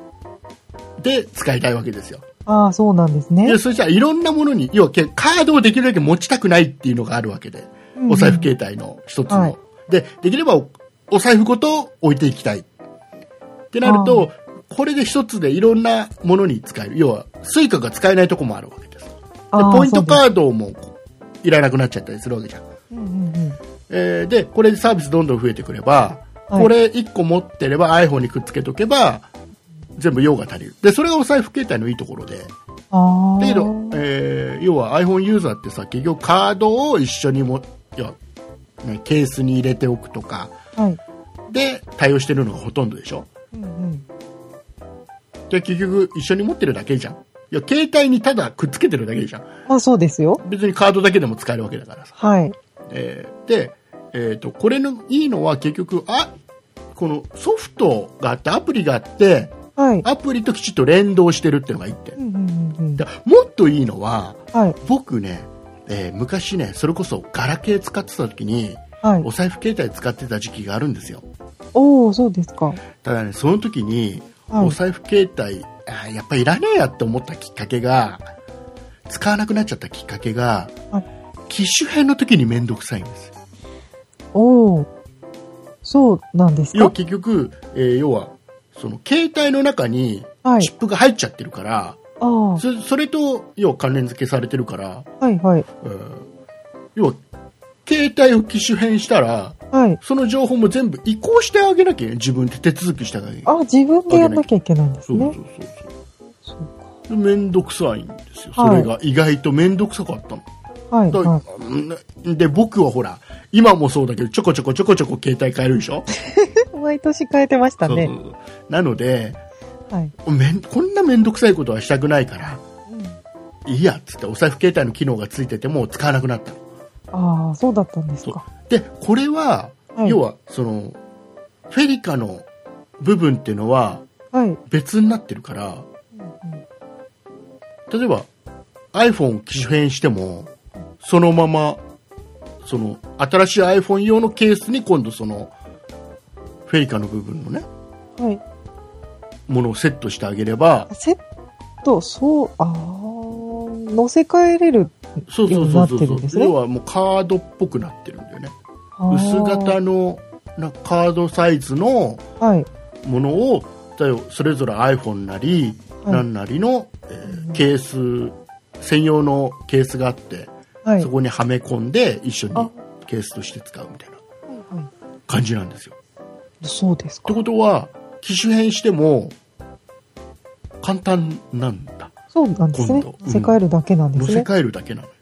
[SPEAKER 2] で使いたいわけですよ。
[SPEAKER 3] ああ、そうなんですね
[SPEAKER 2] で、。それじゃあいろんなものに、要はけカードをできるだけ持ちたくないっていうのがあるわけで。お財布
[SPEAKER 3] 系
[SPEAKER 2] 携帯の一つの。
[SPEAKER 3] はい
[SPEAKER 2] で、できればおお財布ごと置いていきたい。ってなると、これで一つでいろんなものに使える。要は、スイカが使えないとこもあるわけです。でポイントカードもいらなくなっちゃったりするわけじゃん。
[SPEAKER 3] うんうんうん。
[SPEAKER 2] えーで、これでサービスどんどん増えてくれば、
[SPEAKER 3] はい
[SPEAKER 2] これ1個持ってれば iPhone にくっつけとけば、全部用が足りる。で、それがお財布携帯のいいところで。
[SPEAKER 3] ああ。
[SPEAKER 2] だけど、えー要は iPhone ユーザーってさ、結局カードを一緒にも、要はねケースに入れておくとか、
[SPEAKER 3] はい。
[SPEAKER 2] で、対応してるのがほとんどでしょ。
[SPEAKER 3] うんうん。
[SPEAKER 2] で、結局一緒に持ってるだけじゃん。いや、携帯にただくっつけてるだけじゃん。
[SPEAKER 3] まあ、そうですよ。
[SPEAKER 2] 別にカードだけでも使えるわけだからさ。
[SPEAKER 3] はい。
[SPEAKER 2] えーで、えー、とこれのいいのは結局あこのソフトがあってアプリがあって
[SPEAKER 3] はい。
[SPEAKER 2] アプリときちっと連動してるっていうのがいいって
[SPEAKER 3] うんうんうんうん。
[SPEAKER 2] だもっといいのは
[SPEAKER 3] はい。
[SPEAKER 2] 僕ねえー昔ね、それこそガラケー使ってた時に、
[SPEAKER 3] はい
[SPEAKER 2] お。財布携帯使ってた時期があるんですよ。
[SPEAKER 3] おおそうですか。
[SPEAKER 2] ただね、その時に、
[SPEAKER 3] はい
[SPEAKER 2] お財布携帯、あーやっぱいらねえやって思ったきっかけが、使わなくなっちゃったきっかけが
[SPEAKER 3] はい、
[SPEAKER 2] 機種変の時にめんどくさいんですよ。
[SPEAKER 3] おおそうなんです
[SPEAKER 2] 要は
[SPEAKER 3] か
[SPEAKER 2] 結局、えー要は、その携帯の中に
[SPEAKER 3] はい
[SPEAKER 2] チ。ップが入っちゃってるから、
[SPEAKER 3] ああ、は
[SPEAKER 2] そそれと、要は関連付けされてるから、
[SPEAKER 3] いはい。
[SPEAKER 2] えー要は、携帯を機種変したら、
[SPEAKER 3] はい。
[SPEAKER 2] その情報も全部移行してあげなきゃいけない自分で手続きしてあげなきゃいけない
[SPEAKER 3] あ、自分でやんなきゃいけないんです
[SPEAKER 2] そうそう
[SPEAKER 3] ね。
[SPEAKER 2] そうそう。
[SPEAKER 3] そ
[SPEAKER 2] で
[SPEAKER 3] う
[SPEAKER 2] めんどくさいんですよ。そ
[SPEAKER 3] は
[SPEAKER 2] れ
[SPEAKER 3] い
[SPEAKER 2] が意外とめんどくさかったの。
[SPEAKER 3] か。はい
[SPEAKER 2] だ
[SPEAKER 3] はい。
[SPEAKER 2] んで、僕はほら、今もそうだけど、ちょこちょこちょこちょこ携帯変えるでしょ、
[SPEAKER 3] 毎年変えてました
[SPEAKER 2] そう
[SPEAKER 3] ね
[SPEAKER 2] そ。うそうなので
[SPEAKER 3] はい。
[SPEAKER 2] めん、こんなめんどくさいことはしたくないから、
[SPEAKER 3] うん
[SPEAKER 2] いいやっつって、お財布携帯の機能がついててもう使わなくなったの。
[SPEAKER 3] ああ、そうだったんです
[SPEAKER 2] そう
[SPEAKER 3] か。
[SPEAKER 2] で、これは、
[SPEAKER 3] はい
[SPEAKER 2] 要は、その、フェリカの部分っていうのは
[SPEAKER 3] はい。うん
[SPEAKER 2] 別になってるから、
[SPEAKER 3] うん
[SPEAKER 2] 例えば iPhone を機種変してもそのままその新しい iPhone 用のケースに今度そのフェリカの部分のね
[SPEAKER 3] はい。
[SPEAKER 2] ものをセットしてあげれば
[SPEAKER 3] セット、そう、ああ、乗せ替えれる。
[SPEAKER 2] そうそうそうそ
[SPEAKER 3] ようになってる
[SPEAKER 2] うんそ
[SPEAKER 3] で
[SPEAKER 2] う
[SPEAKER 3] すね
[SPEAKER 2] 要はもうカードっぽくなってるんだよね
[SPEAKER 3] あー
[SPEAKER 2] 薄型のなカードサイズの
[SPEAKER 3] はい。
[SPEAKER 2] ものを例えばそれぞれ iPhone なり
[SPEAKER 3] はい
[SPEAKER 2] 何なりの、えーケース専用のケースがあって、
[SPEAKER 3] はい。
[SPEAKER 2] そこにはめ込んで一緒に
[SPEAKER 3] あ
[SPEAKER 2] ケースとして使うみたいな
[SPEAKER 3] はいは
[SPEAKER 2] 感じなんですよ。
[SPEAKER 3] いそうです
[SPEAKER 2] っ
[SPEAKER 3] か
[SPEAKER 2] て。ことは機種変しても簡単なんだ
[SPEAKER 3] そうなんです
[SPEAKER 2] 今
[SPEAKER 3] ね
[SPEAKER 2] 度。うん
[SPEAKER 3] 乗せ替えるだけなんで
[SPEAKER 2] 乗
[SPEAKER 3] す
[SPEAKER 2] せ
[SPEAKER 3] ね。
[SPEAKER 2] 替えるだけなのよ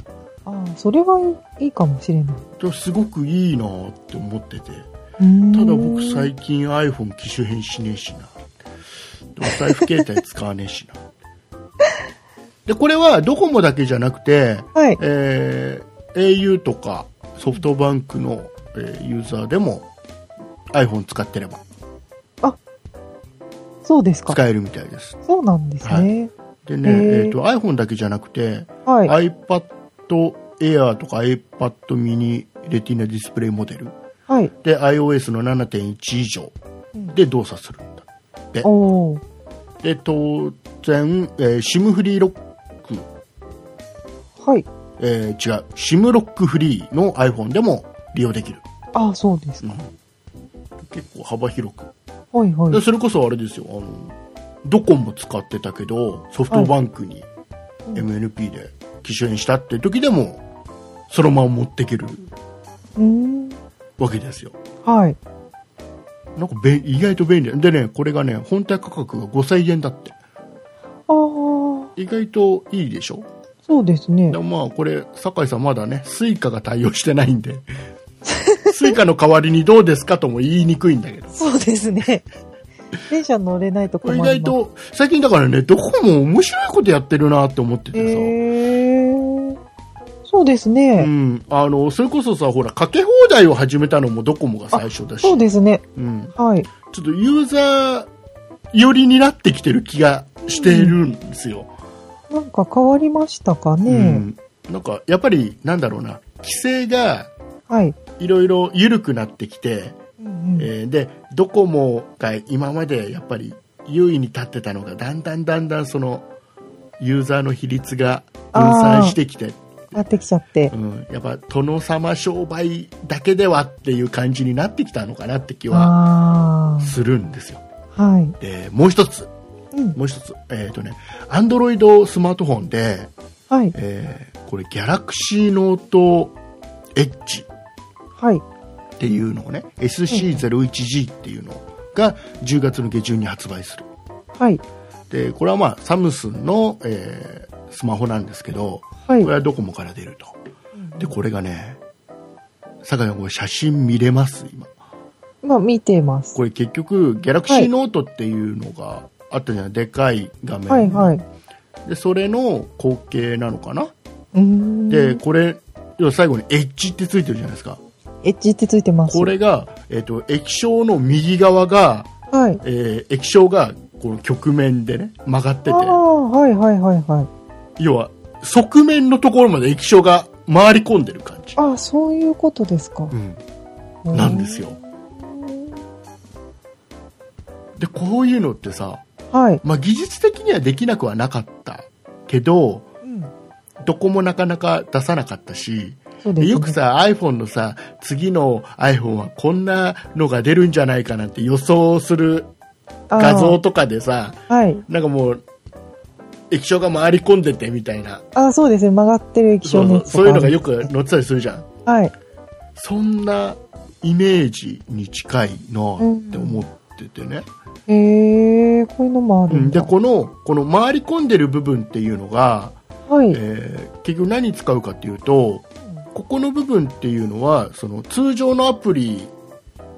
[SPEAKER 3] ああ、それはいいいいかもしれない。
[SPEAKER 2] だからすごくいいなって思ってて
[SPEAKER 3] た
[SPEAKER 2] ただ僕最近 iPhone 機種変しねえしなでお財布携帯使わねえしな でこれはドコモだけじゃなくて、
[SPEAKER 3] はい。
[SPEAKER 2] えー au とかソフトバンクの、えーユーザーでも iPhone 使ってれば
[SPEAKER 3] そうですか。
[SPEAKER 2] 使えるみたいです
[SPEAKER 3] そうなんですね。
[SPEAKER 2] でね、
[SPEAKER 3] へ
[SPEAKER 2] え
[SPEAKER 3] ー
[SPEAKER 2] ーと iPhone だけじゃなくて、
[SPEAKER 3] はい。
[SPEAKER 2] iPad Air とか iPad mini レティーナディスプレイモデル
[SPEAKER 3] はい。
[SPEAKER 2] で iOS の7.1以上で動作するんだって
[SPEAKER 3] おー
[SPEAKER 2] で当然、えー SIM フリーロック、
[SPEAKER 3] はい。
[SPEAKER 2] えー違う SIM ロックフリーの iPhone でも利用できる
[SPEAKER 3] ああ、そうですか。
[SPEAKER 2] 結構幅広く
[SPEAKER 3] はいは
[SPEAKER 2] で
[SPEAKER 3] い。
[SPEAKER 2] それこそあれですよあのドコモ使ってたけどソフトバンクに MNP で機種変したっていう時でもそのまま持っていける
[SPEAKER 3] うーん。
[SPEAKER 2] わけですよ
[SPEAKER 3] はい。
[SPEAKER 2] なんかべん意外と便利でねこれがね本体価格が5000円だって
[SPEAKER 3] ああ、そ
[SPEAKER 2] 意外といいでしょ
[SPEAKER 3] うですね
[SPEAKER 2] で。もまあこれ酒井さんまだねスイカが対応してないん でスイカの代わりにどうですかとも言いにくいんだけど
[SPEAKER 3] そうで すね。電車乗れないと
[SPEAKER 2] こ
[SPEAKER 3] 困
[SPEAKER 2] れ
[SPEAKER 3] り
[SPEAKER 2] 意
[SPEAKER 3] ます。
[SPEAKER 2] 外と最近だからねどこも面白いことやってるなって思っててさ、
[SPEAKER 3] えー、そうです
[SPEAKER 2] う
[SPEAKER 3] ね、
[SPEAKER 2] ん、あのそれこそさほらかけ放題を始めたのもドコモが最初だし
[SPEAKER 3] そうですね、
[SPEAKER 2] うん、
[SPEAKER 3] はい。
[SPEAKER 2] ちょっとユーザー寄りになってきてる気がしているんですよ、
[SPEAKER 3] なんか変わりましたかね。
[SPEAKER 2] うん、なんかやっぱりなんだろうな規制が
[SPEAKER 3] はい。
[SPEAKER 2] いろいろ緩くなってきて、
[SPEAKER 3] うんうん
[SPEAKER 2] えーでドコモが今までやっぱり優位に立ってたのがだんだんだんだんそのユーザーの比率が分散してきて、
[SPEAKER 3] なってきちゃって
[SPEAKER 2] う。ん、やっぱ殿様商売だけではっていう感じになってきたのかなって気は
[SPEAKER 3] あ
[SPEAKER 2] するんですよ
[SPEAKER 3] あ、はい。
[SPEAKER 2] でもう一つ
[SPEAKER 3] うん、
[SPEAKER 2] もう一つえっ、とねアンドロイドスマートフォンで、
[SPEAKER 3] はい、
[SPEAKER 2] えーこれギャラクシーノートエッジ
[SPEAKER 3] はい。
[SPEAKER 2] っていうのをね SC01G っていうのが10月の下旬に発売する
[SPEAKER 3] はい。
[SPEAKER 2] でこれはまあサムスンの、えースマホなんですけどこ
[SPEAKER 3] はい
[SPEAKER 2] れ。はドコモから出るとでこれがね酒井さんこれ写真見れます今
[SPEAKER 3] まあ、見てます。
[SPEAKER 2] これ結局ギャラクシーノートっていうのがあったじゃない、でかい画面、
[SPEAKER 3] はい、はい。う
[SPEAKER 2] でそれの後継なのかな、
[SPEAKER 3] ーん。
[SPEAKER 2] で、これ要は最後にエッジってついてるじゃないですか
[SPEAKER 3] エッジってついてます。
[SPEAKER 2] これが、えっと液晶の右側が
[SPEAKER 3] はい。
[SPEAKER 2] えー液晶がこの曲面でね曲がって
[SPEAKER 3] あ
[SPEAKER 2] て
[SPEAKER 3] あ、はい、はい、はい、はい。
[SPEAKER 2] 要は側面のところまで液晶が回り込んでる感じ、
[SPEAKER 3] あ、そういうことですか
[SPEAKER 2] う。ん、なんです
[SPEAKER 3] よ。
[SPEAKER 2] よ。で、こういうのってさ、
[SPEAKER 3] はい。
[SPEAKER 2] まあ、技術的にはできなくはなかったけど、
[SPEAKER 3] うん
[SPEAKER 2] どこもなかなか出さなかったし、
[SPEAKER 3] そうで
[SPEAKER 2] で
[SPEAKER 3] すね
[SPEAKER 2] よく、さ、iPhone のさ、次の iPhone はこんなのが出るんじゃないかなって予想する画像とかでさ、
[SPEAKER 3] あー。はい。
[SPEAKER 2] なんかもう、液晶が回り込んでてみたいな、
[SPEAKER 3] あ、そうですね。曲がってる液
[SPEAKER 2] そ
[SPEAKER 3] 晶
[SPEAKER 2] う
[SPEAKER 3] の
[SPEAKER 2] そう
[SPEAKER 3] やつと
[SPEAKER 2] そ
[SPEAKER 3] か
[SPEAKER 2] ういうのがよく載ってたりするじゃん。
[SPEAKER 3] はい。
[SPEAKER 2] そんなイメージに近いなって思っててね。
[SPEAKER 3] へえー、こういうのもあるん
[SPEAKER 2] で
[SPEAKER 3] だ。
[SPEAKER 2] このこの回り込んでる部分っていうのが、
[SPEAKER 3] はい。
[SPEAKER 2] えー結局何に使うかっていうとここの部分っていうのはその通常のアプリ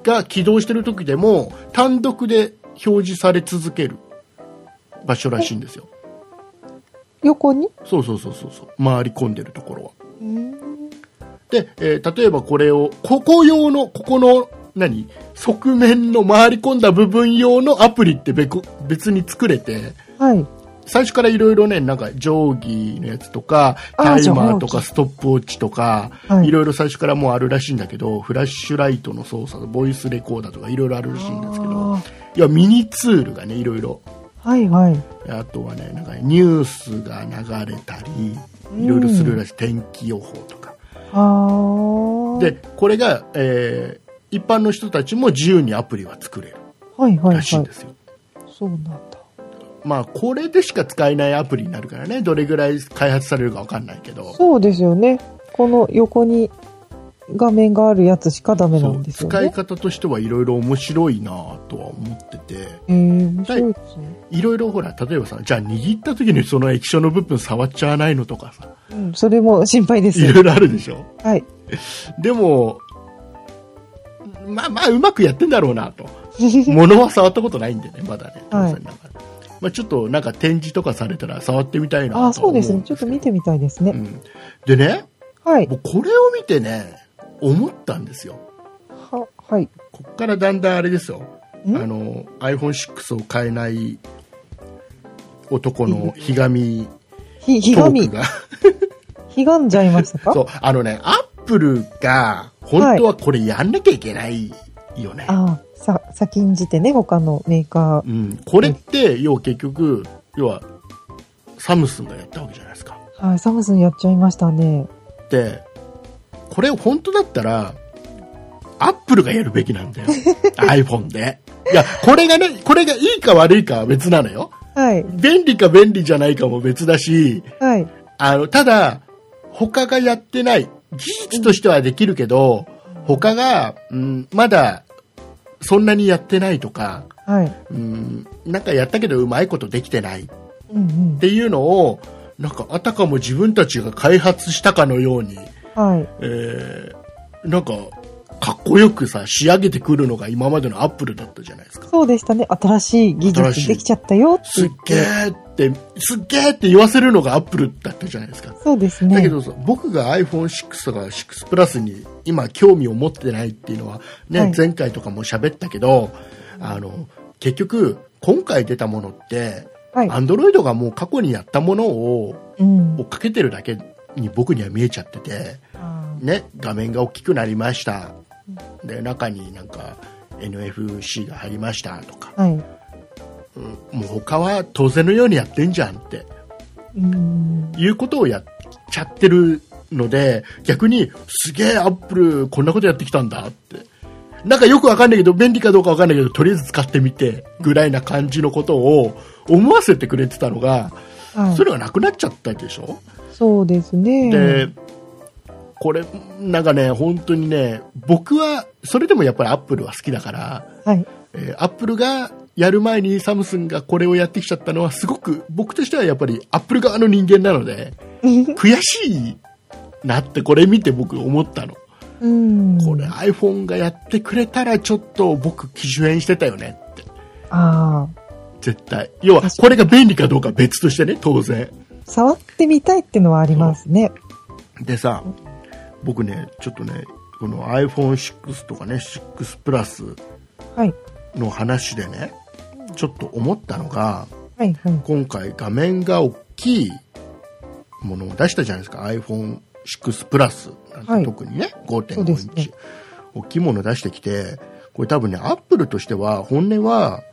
[SPEAKER 2] が起動してる時でも単独で表示され続ける場所らしいんですよ。
[SPEAKER 3] 横に
[SPEAKER 2] そうそうそうそうそう回り込んでるところは。
[SPEAKER 3] うん。
[SPEAKER 2] で、えー例えばこれをここ用のここの何側面の回り込んだ部分用のアプリって別別に作れて。
[SPEAKER 3] はい。
[SPEAKER 2] 最初からいろいろね、なんか定規のやつとか、
[SPEAKER 3] あー
[SPEAKER 2] タイマーとか
[SPEAKER 3] 定規
[SPEAKER 2] ストップウォッチとか、
[SPEAKER 3] はい
[SPEAKER 2] いろいろ最初からもうあるらしいんだけど、フラッシュライトの操作、ボイスレコーダーとかいろいろあるらしいんですけど、
[SPEAKER 3] あ
[SPEAKER 2] いや、ミニツールがね、いろいろ。
[SPEAKER 3] ーはいはい。
[SPEAKER 2] あとはね、なんかニュースが流れた
[SPEAKER 3] うん
[SPEAKER 2] り、いろいろするらしい。天気予報とか。
[SPEAKER 3] ああ。
[SPEAKER 2] で、、これが、えー一般の人たちも自由にアプリは作れる
[SPEAKER 3] はいはいは
[SPEAKER 2] ら
[SPEAKER 3] い。
[SPEAKER 2] しい
[SPEAKER 3] そ
[SPEAKER 2] ん
[SPEAKER 3] う
[SPEAKER 2] ですよ。
[SPEAKER 3] なんだ。
[SPEAKER 2] まあ、これでしか使えないアプリになるからね、どれぐらい開発されるかわかんないけど。
[SPEAKER 3] そうですよね。この横に画面があるやつしかダメな
[SPEAKER 2] そ
[SPEAKER 3] ん
[SPEAKER 2] う
[SPEAKER 3] ですよ
[SPEAKER 2] 使い
[SPEAKER 3] ね。
[SPEAKER 2] 方としてはいろいろ面白いなぁとは思ってて
[SPEAKER 3] えー、面白いですね。
[SPEAKER 2] いろいろほら例えばさじゃあ握った時にその液晶の部分触っちゃわないのとかさ
[SPEAKER 3] うん、それも心配です
[SPEAKER 2] いろいろあるでしょ
[SPEAKER 3] はい。
[SPEAKER 2] でもまあまあうまくやってんだろうなと物は触ったことないんでね まだね、
[SPEAKER 3] はい
[SPEAKER 2] なんかまあ、ちょっとなんか展示とかされたら触ってみたいなとは
[SPEAKER 3] あ
[SPEAKER 2] 思
[SPEAKER 3] あ、そうですね。ちょっと見てみたいですね。
[SPEAKER 2] うんでね
[SPEAKER 3] はい。
[SPEAKER 2] もうこれを見てね思ったんですよ
[SPEAKER 3] は、はい。
[SPEAKER 2] こっからだんだんあれですよあ
[SPEAKER 3] ん
[SPEAKER 2] の iPhone6 を買えない男のひがみ
[SPEAKER 3] ひ、
[SPEAKER 2] ト
[SPEAKER 3] ひが
[SPEAKER 2] ー
[SPEAKER 3] み
[SPEAKER 2] ク、が
[SPEAKER 3] ひがんじゃいましたか
[SPEAKER 2] そうあのねアップルが本当はこれやんなきゃいけないよね、
[SPEAKER 3] ああ、さ、先んじてね、他のメーカー。
[SPEAKER 2] うん、これって要は結局要はサムスンがやったわけじゃないですか
[SPEAKER 3] はい、サムスンやっちゃいましたね。
[SPEAKER 2] でこれ本当だったらアップルがやるべきなんだよ iPhone でいやこれがねこれがいいか悪いかは別なのよ
[SPEAKER 3] はい、
[SPEAKER 2] 便利か便利じゃないかも別だし
[SPEAKER 3] はい。
[SPEAKER 2] あの、ただ、他がやってない。技術としてはできるけど、他が、うん、まだ、そんなにやってないとか、
[SPEAKER 3] はい。
[SPEAKER 2] うん、なんかやったけどうまいことできてないっ
[SPEAKER 3] うんうん。
[SPEAKER 2] ていうのを、なんかあたかも自分たちが開発したかのように、
[SPEAKER 3] はい。
[SPEAKER 2] えー、なんか、かっこよくさ、仕上げてくるのが今までのアップルだったじゃないですか。
[SPEAKER 3] そうでしたね。新しい技
[SPEAKER 2] 新しい
[SPEAKER 3] 術できちゃったよって
[SPEAKER 2] す
[SPEAKER 3] 言
[SPEAKER 2] っ
[SPEAKER 3] っ
[SPEAKER 2] げ
[SPEAKER 3] て。
[SPEAKER 2] ーって、すっげーって言わせるのがアップルだったじゃないですか。
[SPEAKER 3] そうですね。
[SPEAKER 2] だけどさ、僕が iPhone6 とか6プラスに今興味を持ってないっていうのは、ね
[SPEAKER 3] はい
[SPEAKER 2] 前回とかも喋ったけどあの結局今回出たものって、
[SPEAKER 3] はい。
[SPEAKER 2] Android がもう過去にやったものを
[SPEAKER 3] うん。
[SPEAKER 2] 追っかけてるだけに僕には見えちゃってて、
[SPEAKER 3] あ
[SPEAKER 2] ね、画面が大きくなりましたで中になんか NFC が入りましたとか
[SPEAKER 3] ーはい。
[SPEAKER 2] もう他は当然のようにやってんじゃんって
[SPEAKER 3] うん。
[SPEAKER 2] いうことをやっちゃってるので逆にすげえアップルこんなことやってきたんだってなんかよくわかんないけど便利かどうかわかんないけどとりあえず使ってみてぐらいな感じのことを思わせてくれてたのが
[SPEAKER 3] はい
[SPEAKER 2] そ。れがなくなっちゃったでしょ、
[SPEAKER 3] そうですね。
[SPEAKER 2] でこれなんかね本当にね僕はそれでもやっぱりアップルは好きだから
[SPEAKER 3] はい。
[SPEAKER 2] えーアップルがやる前にサムスンがこれをやってきちゃったのはすごく僕としてはやっぱりアップル側の人間なので悔しいなってこれ見て僕思ったの。
[SPEAKER 3] うん。
[SPEAKER 2] これ iPhone がやってくれたらちょっと僕機種変してたよねって。
[SPEAKER 3] ああ。
[SPEAKER 2] 絶対。要はこれが便利かどうかは別としてね、当然。
[SPEAKER 3] 触ってみたいってのはありますね。
[SPEAKER 2] でさ、僕ね、ちょっとね、この iPhone6 とかね、6プラス
[SPEAKER 3] はい。
[SPEAKER 2] の話でね、ちょっと思ったのが、
[SPEAKER 3] はい、はい。
[SPEAKER 2] 今回画面が大きいものを出したじゃないですか iPhone 6プラスなんて
[SPEAKER 3] はい
[SPEAKER 2] 特にね、
[SPEAKER 3] そうです
[SPEAKER 2] 5.5インチ、
[SPEAKER 3] ね
[SPEAKER 2] 大きいもの出してきて、これ多分ね、アップルとしては、本音は、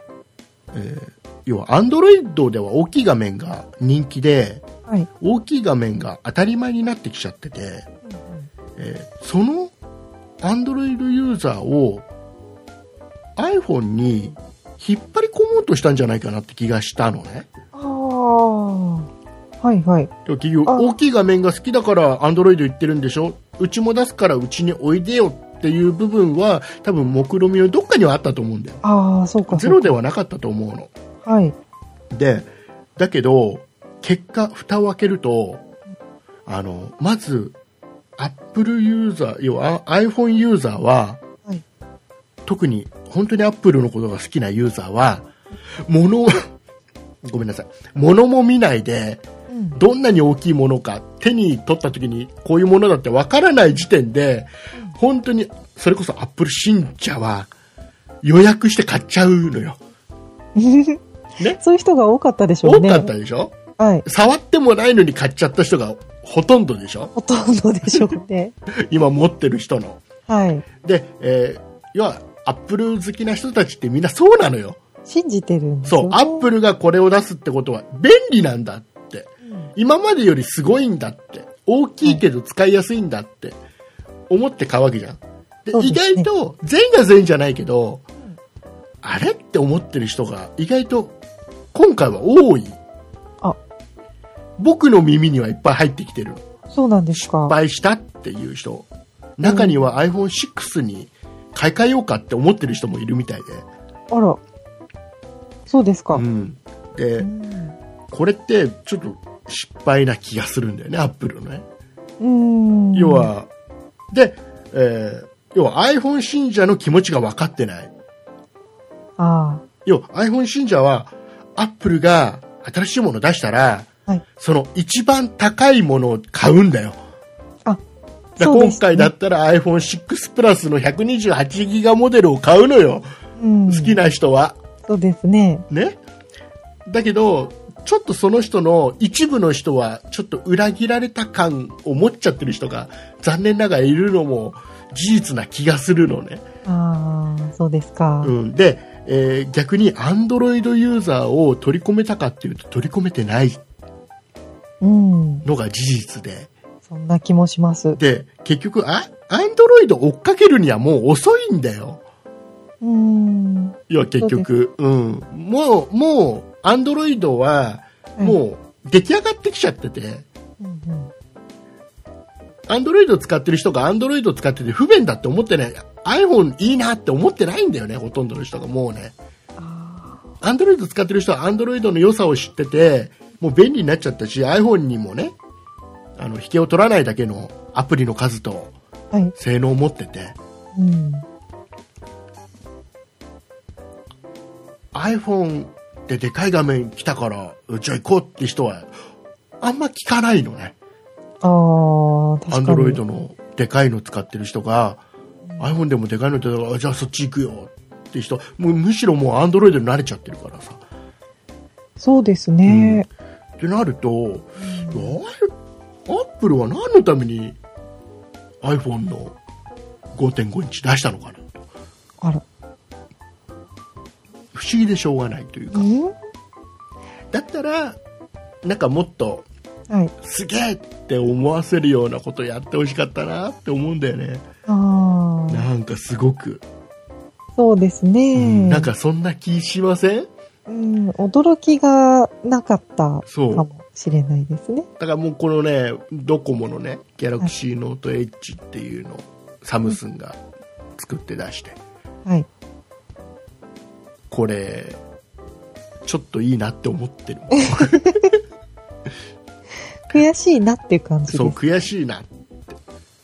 [SPEAKER 2] えー要は、アンドロイドでは大きい画面が人気で、
[SPEAKER 3] はい。
[SPEAKER 2] 大きい画面が当たり前になってきちゃってて、えーそのアンドロイドユーザーを iPhone に引っ張り込もうとしたんじゃないかなって気がしたのね。
[SPEAKER 3] ああ。はいはい。
[SPEAKER 2] でも結局
[SPEAKER 3] あ
[SPEAKER 2] 大きい画面が好きだからアンドロイド言ってるんでしょうちも出すからうちにおいでよっていう部分は多分目論みのどっかにはあったと思うんだよ。
[SPEAKER 3] ああ、そうか。
[SPEAKER 2] ゼロではなかったと思うの。
[SPEAKER 3] そうか。はい。
[SPEAKER 2] で、だけど、結果、蓋を開けると、あの、まず、Apple ユーザー、要はあ iPhone ユーザーは、
[SPEAKER 3] はい
[SPEAKER 2] 特に、本当に Apple のことが好きなユーザーは、物を、 ごめんなさい、物も見ないで、
[SPEAKER 3] うん。
[SPEAKER 2] どんなに大きいものか、手に取った時に、こういうものだってわからない時点で、本当に、それこそ Apple 信者は、予約して買っちゃうのよ。ね
[SPEAKER 3] そういう人が多かったでしょ
[SPEAKER 2] 多
[SPEAKER 3] うね。
[SPEAKER 2] かったでしょ
[SPEAKER 3] た。はい。
[SPEAKER 2] 触ってもないのに買っちゃった人がほとんどでしょ
[SPEAKER 3] ほとんどでしょう ね。
[SPEAKER 2] 今持ってる人の。
[SPEAKER 3] はい。
[SPEAKER 2] で、えー要は、アップル好きな人たちってみんなそうなのよ。
[SPEAKER 3] 信じてるんです
[SPEAKER 2] そ
[SPEAKER 3] よ、
[SPEAKER 2] う
[SPEAKER 3] ね。、
[SPEAKER 2] アップルがこれを出すってことは便利なんだって。今までよりすごいんだって。大きいけど使いやすいんだって。思って買うわけじゃん。で
[SPEAKER 3] そうで
[SPEAKER 2] 意
[SPEAKER 3] すね
[SPEAKER 2] 外と、全が全じゃないけど、あれって思ってる人が意外と今回は多い。
[SPEAKER 3] あ
[SPEAKER 2] 僕の耳にはいっぱい入ってきてる。
[SPEAKER 3] そうなんですか。
[SPEAKER 2] 失敗したっていう人中には iPhone6 に買い替えようかって思ってる人もいるみたいで,、
[SPEAKER 3] あら。そうですか。
[SPEAKER 2] うん、で
[SPEAKER 3] うん
[SPEAKER 2] これってちょっと失敗な気がするんだよねアップルのね
[SPEAKER 3] うん。
[SPEAKER 2] 要。はで、えー要は iPhone 信者の気持ちが分かってない
[SPEAKER 3] あ
[SPEAKER 2] 要は iPhone 信者はアップルが新しいもの出したら
[SPEAKER 3] あ。はい。
[SPEAKER 2] その一番高いものを買うんだよ
[SPEAKER 3] あ、
[SPEAKER 2] だ
[SPEAKER 3] そうで
[SPEAKER 2] 今
[SPEAKER 3] すね
[SPEAKER 2] 回だったら iPhone6 プラスの 128GB モデルを買うのよ
[SPEAKER 3] うん。
[SPEAKER 2] 好きな人は。
[SPEAKER 3] そうですね。
[SPEAKER 2] ね。だけど、ちょっとその人の一部の人は、ちょっと裏切られた感を持っちゃってる人が、残念ながらいるのも事実な気がするのね。
[SPEAKER 3] ああ、そうですか。
[SPEAKER 2] うん。で、えー逆に Android ユーザーを取り込めたかっていうと、取り込めてない
[SPEAKER 3] うん。
[SPEAKER 2] のが事実で。
[SPEAKER 3] そんな気もします。
[SPEAKER 2] で、結局、あ、Android 追っかけるにはもう遅いんだよ。
[SPEAKER 3] うん。
[SPEAKER 2] 要は結局、うん。もう、もう、Android は、もう、出来上がってきちゃってて、
[SPEAKER 3] うんうん
[SPEAKER 2] アンドロイド使ってる人がアンドロイド使ってて不便だって思ってない。iPhone いいなって思ってないんだよね、ほとんどの人がもうね。
[SPEAKER 3] あ
[SPEAKER 2] アンドロイド使ってる人はアンドロイドの良さを知ってて、もう便利になっちゃったし、iPhone にもね、あの、引けを取らないだけのアプリの数と
[SPEAKER 3] ーはい。
[SPEAKER 2] 性能を持ってて、
[SPEAKER 3] うん。
[SPEAKER 2] iPhone ででかい画面来たから、じゃあ行こうって人は、あんま聞かないのね。
[SPEAKER 3] ああ、確かに。
[SPEAKER 2] アンドロイドのでかいの使ってる人が、iPhone でもでかいのってじゃあそっち行くよって人もうむしろもうアンドロイドに慣れちゃってるからさ
[SPEAKER 3] そうですね。
[SPEAKER 2] ってなると、アップルは何のために iPhone の5.5インチ出したのかな
[SPEAKER 3] あら。
[SPEAKER 2] 不思議でしょうがないというか
[SPEAKER 3] ん
[SPEAKER 2] だったらなんかもっと
[SPEAKER 3] はい。
[SPEAKER 2] すげえって思わせるようなことやってほしかったなって思うんだよね
[SPEAKER 3] ああ、
[SPEAKER 2] なんかすごく、
[SPEAKER 3] そうですね。
[SPEAKER 2] なん、かそんな気しません
[SPEAKER 3] うん、驚きがなかった
[SPEAKER 2] そう
[SPEAKER 3] かもしれないですね。
[SPEAKER 2] だからもうこのね、ドコモのね、ギャラクシーノート H っていうのをサムスンが作って出して、
[SPEAKER 3] はい。
[SPEAKER 2] これ、ちょっといいなって思ってる。
[SPEAKER 3] 悔しいなっていう感じです。
[SPEAKER 2] そう、悔しいなって。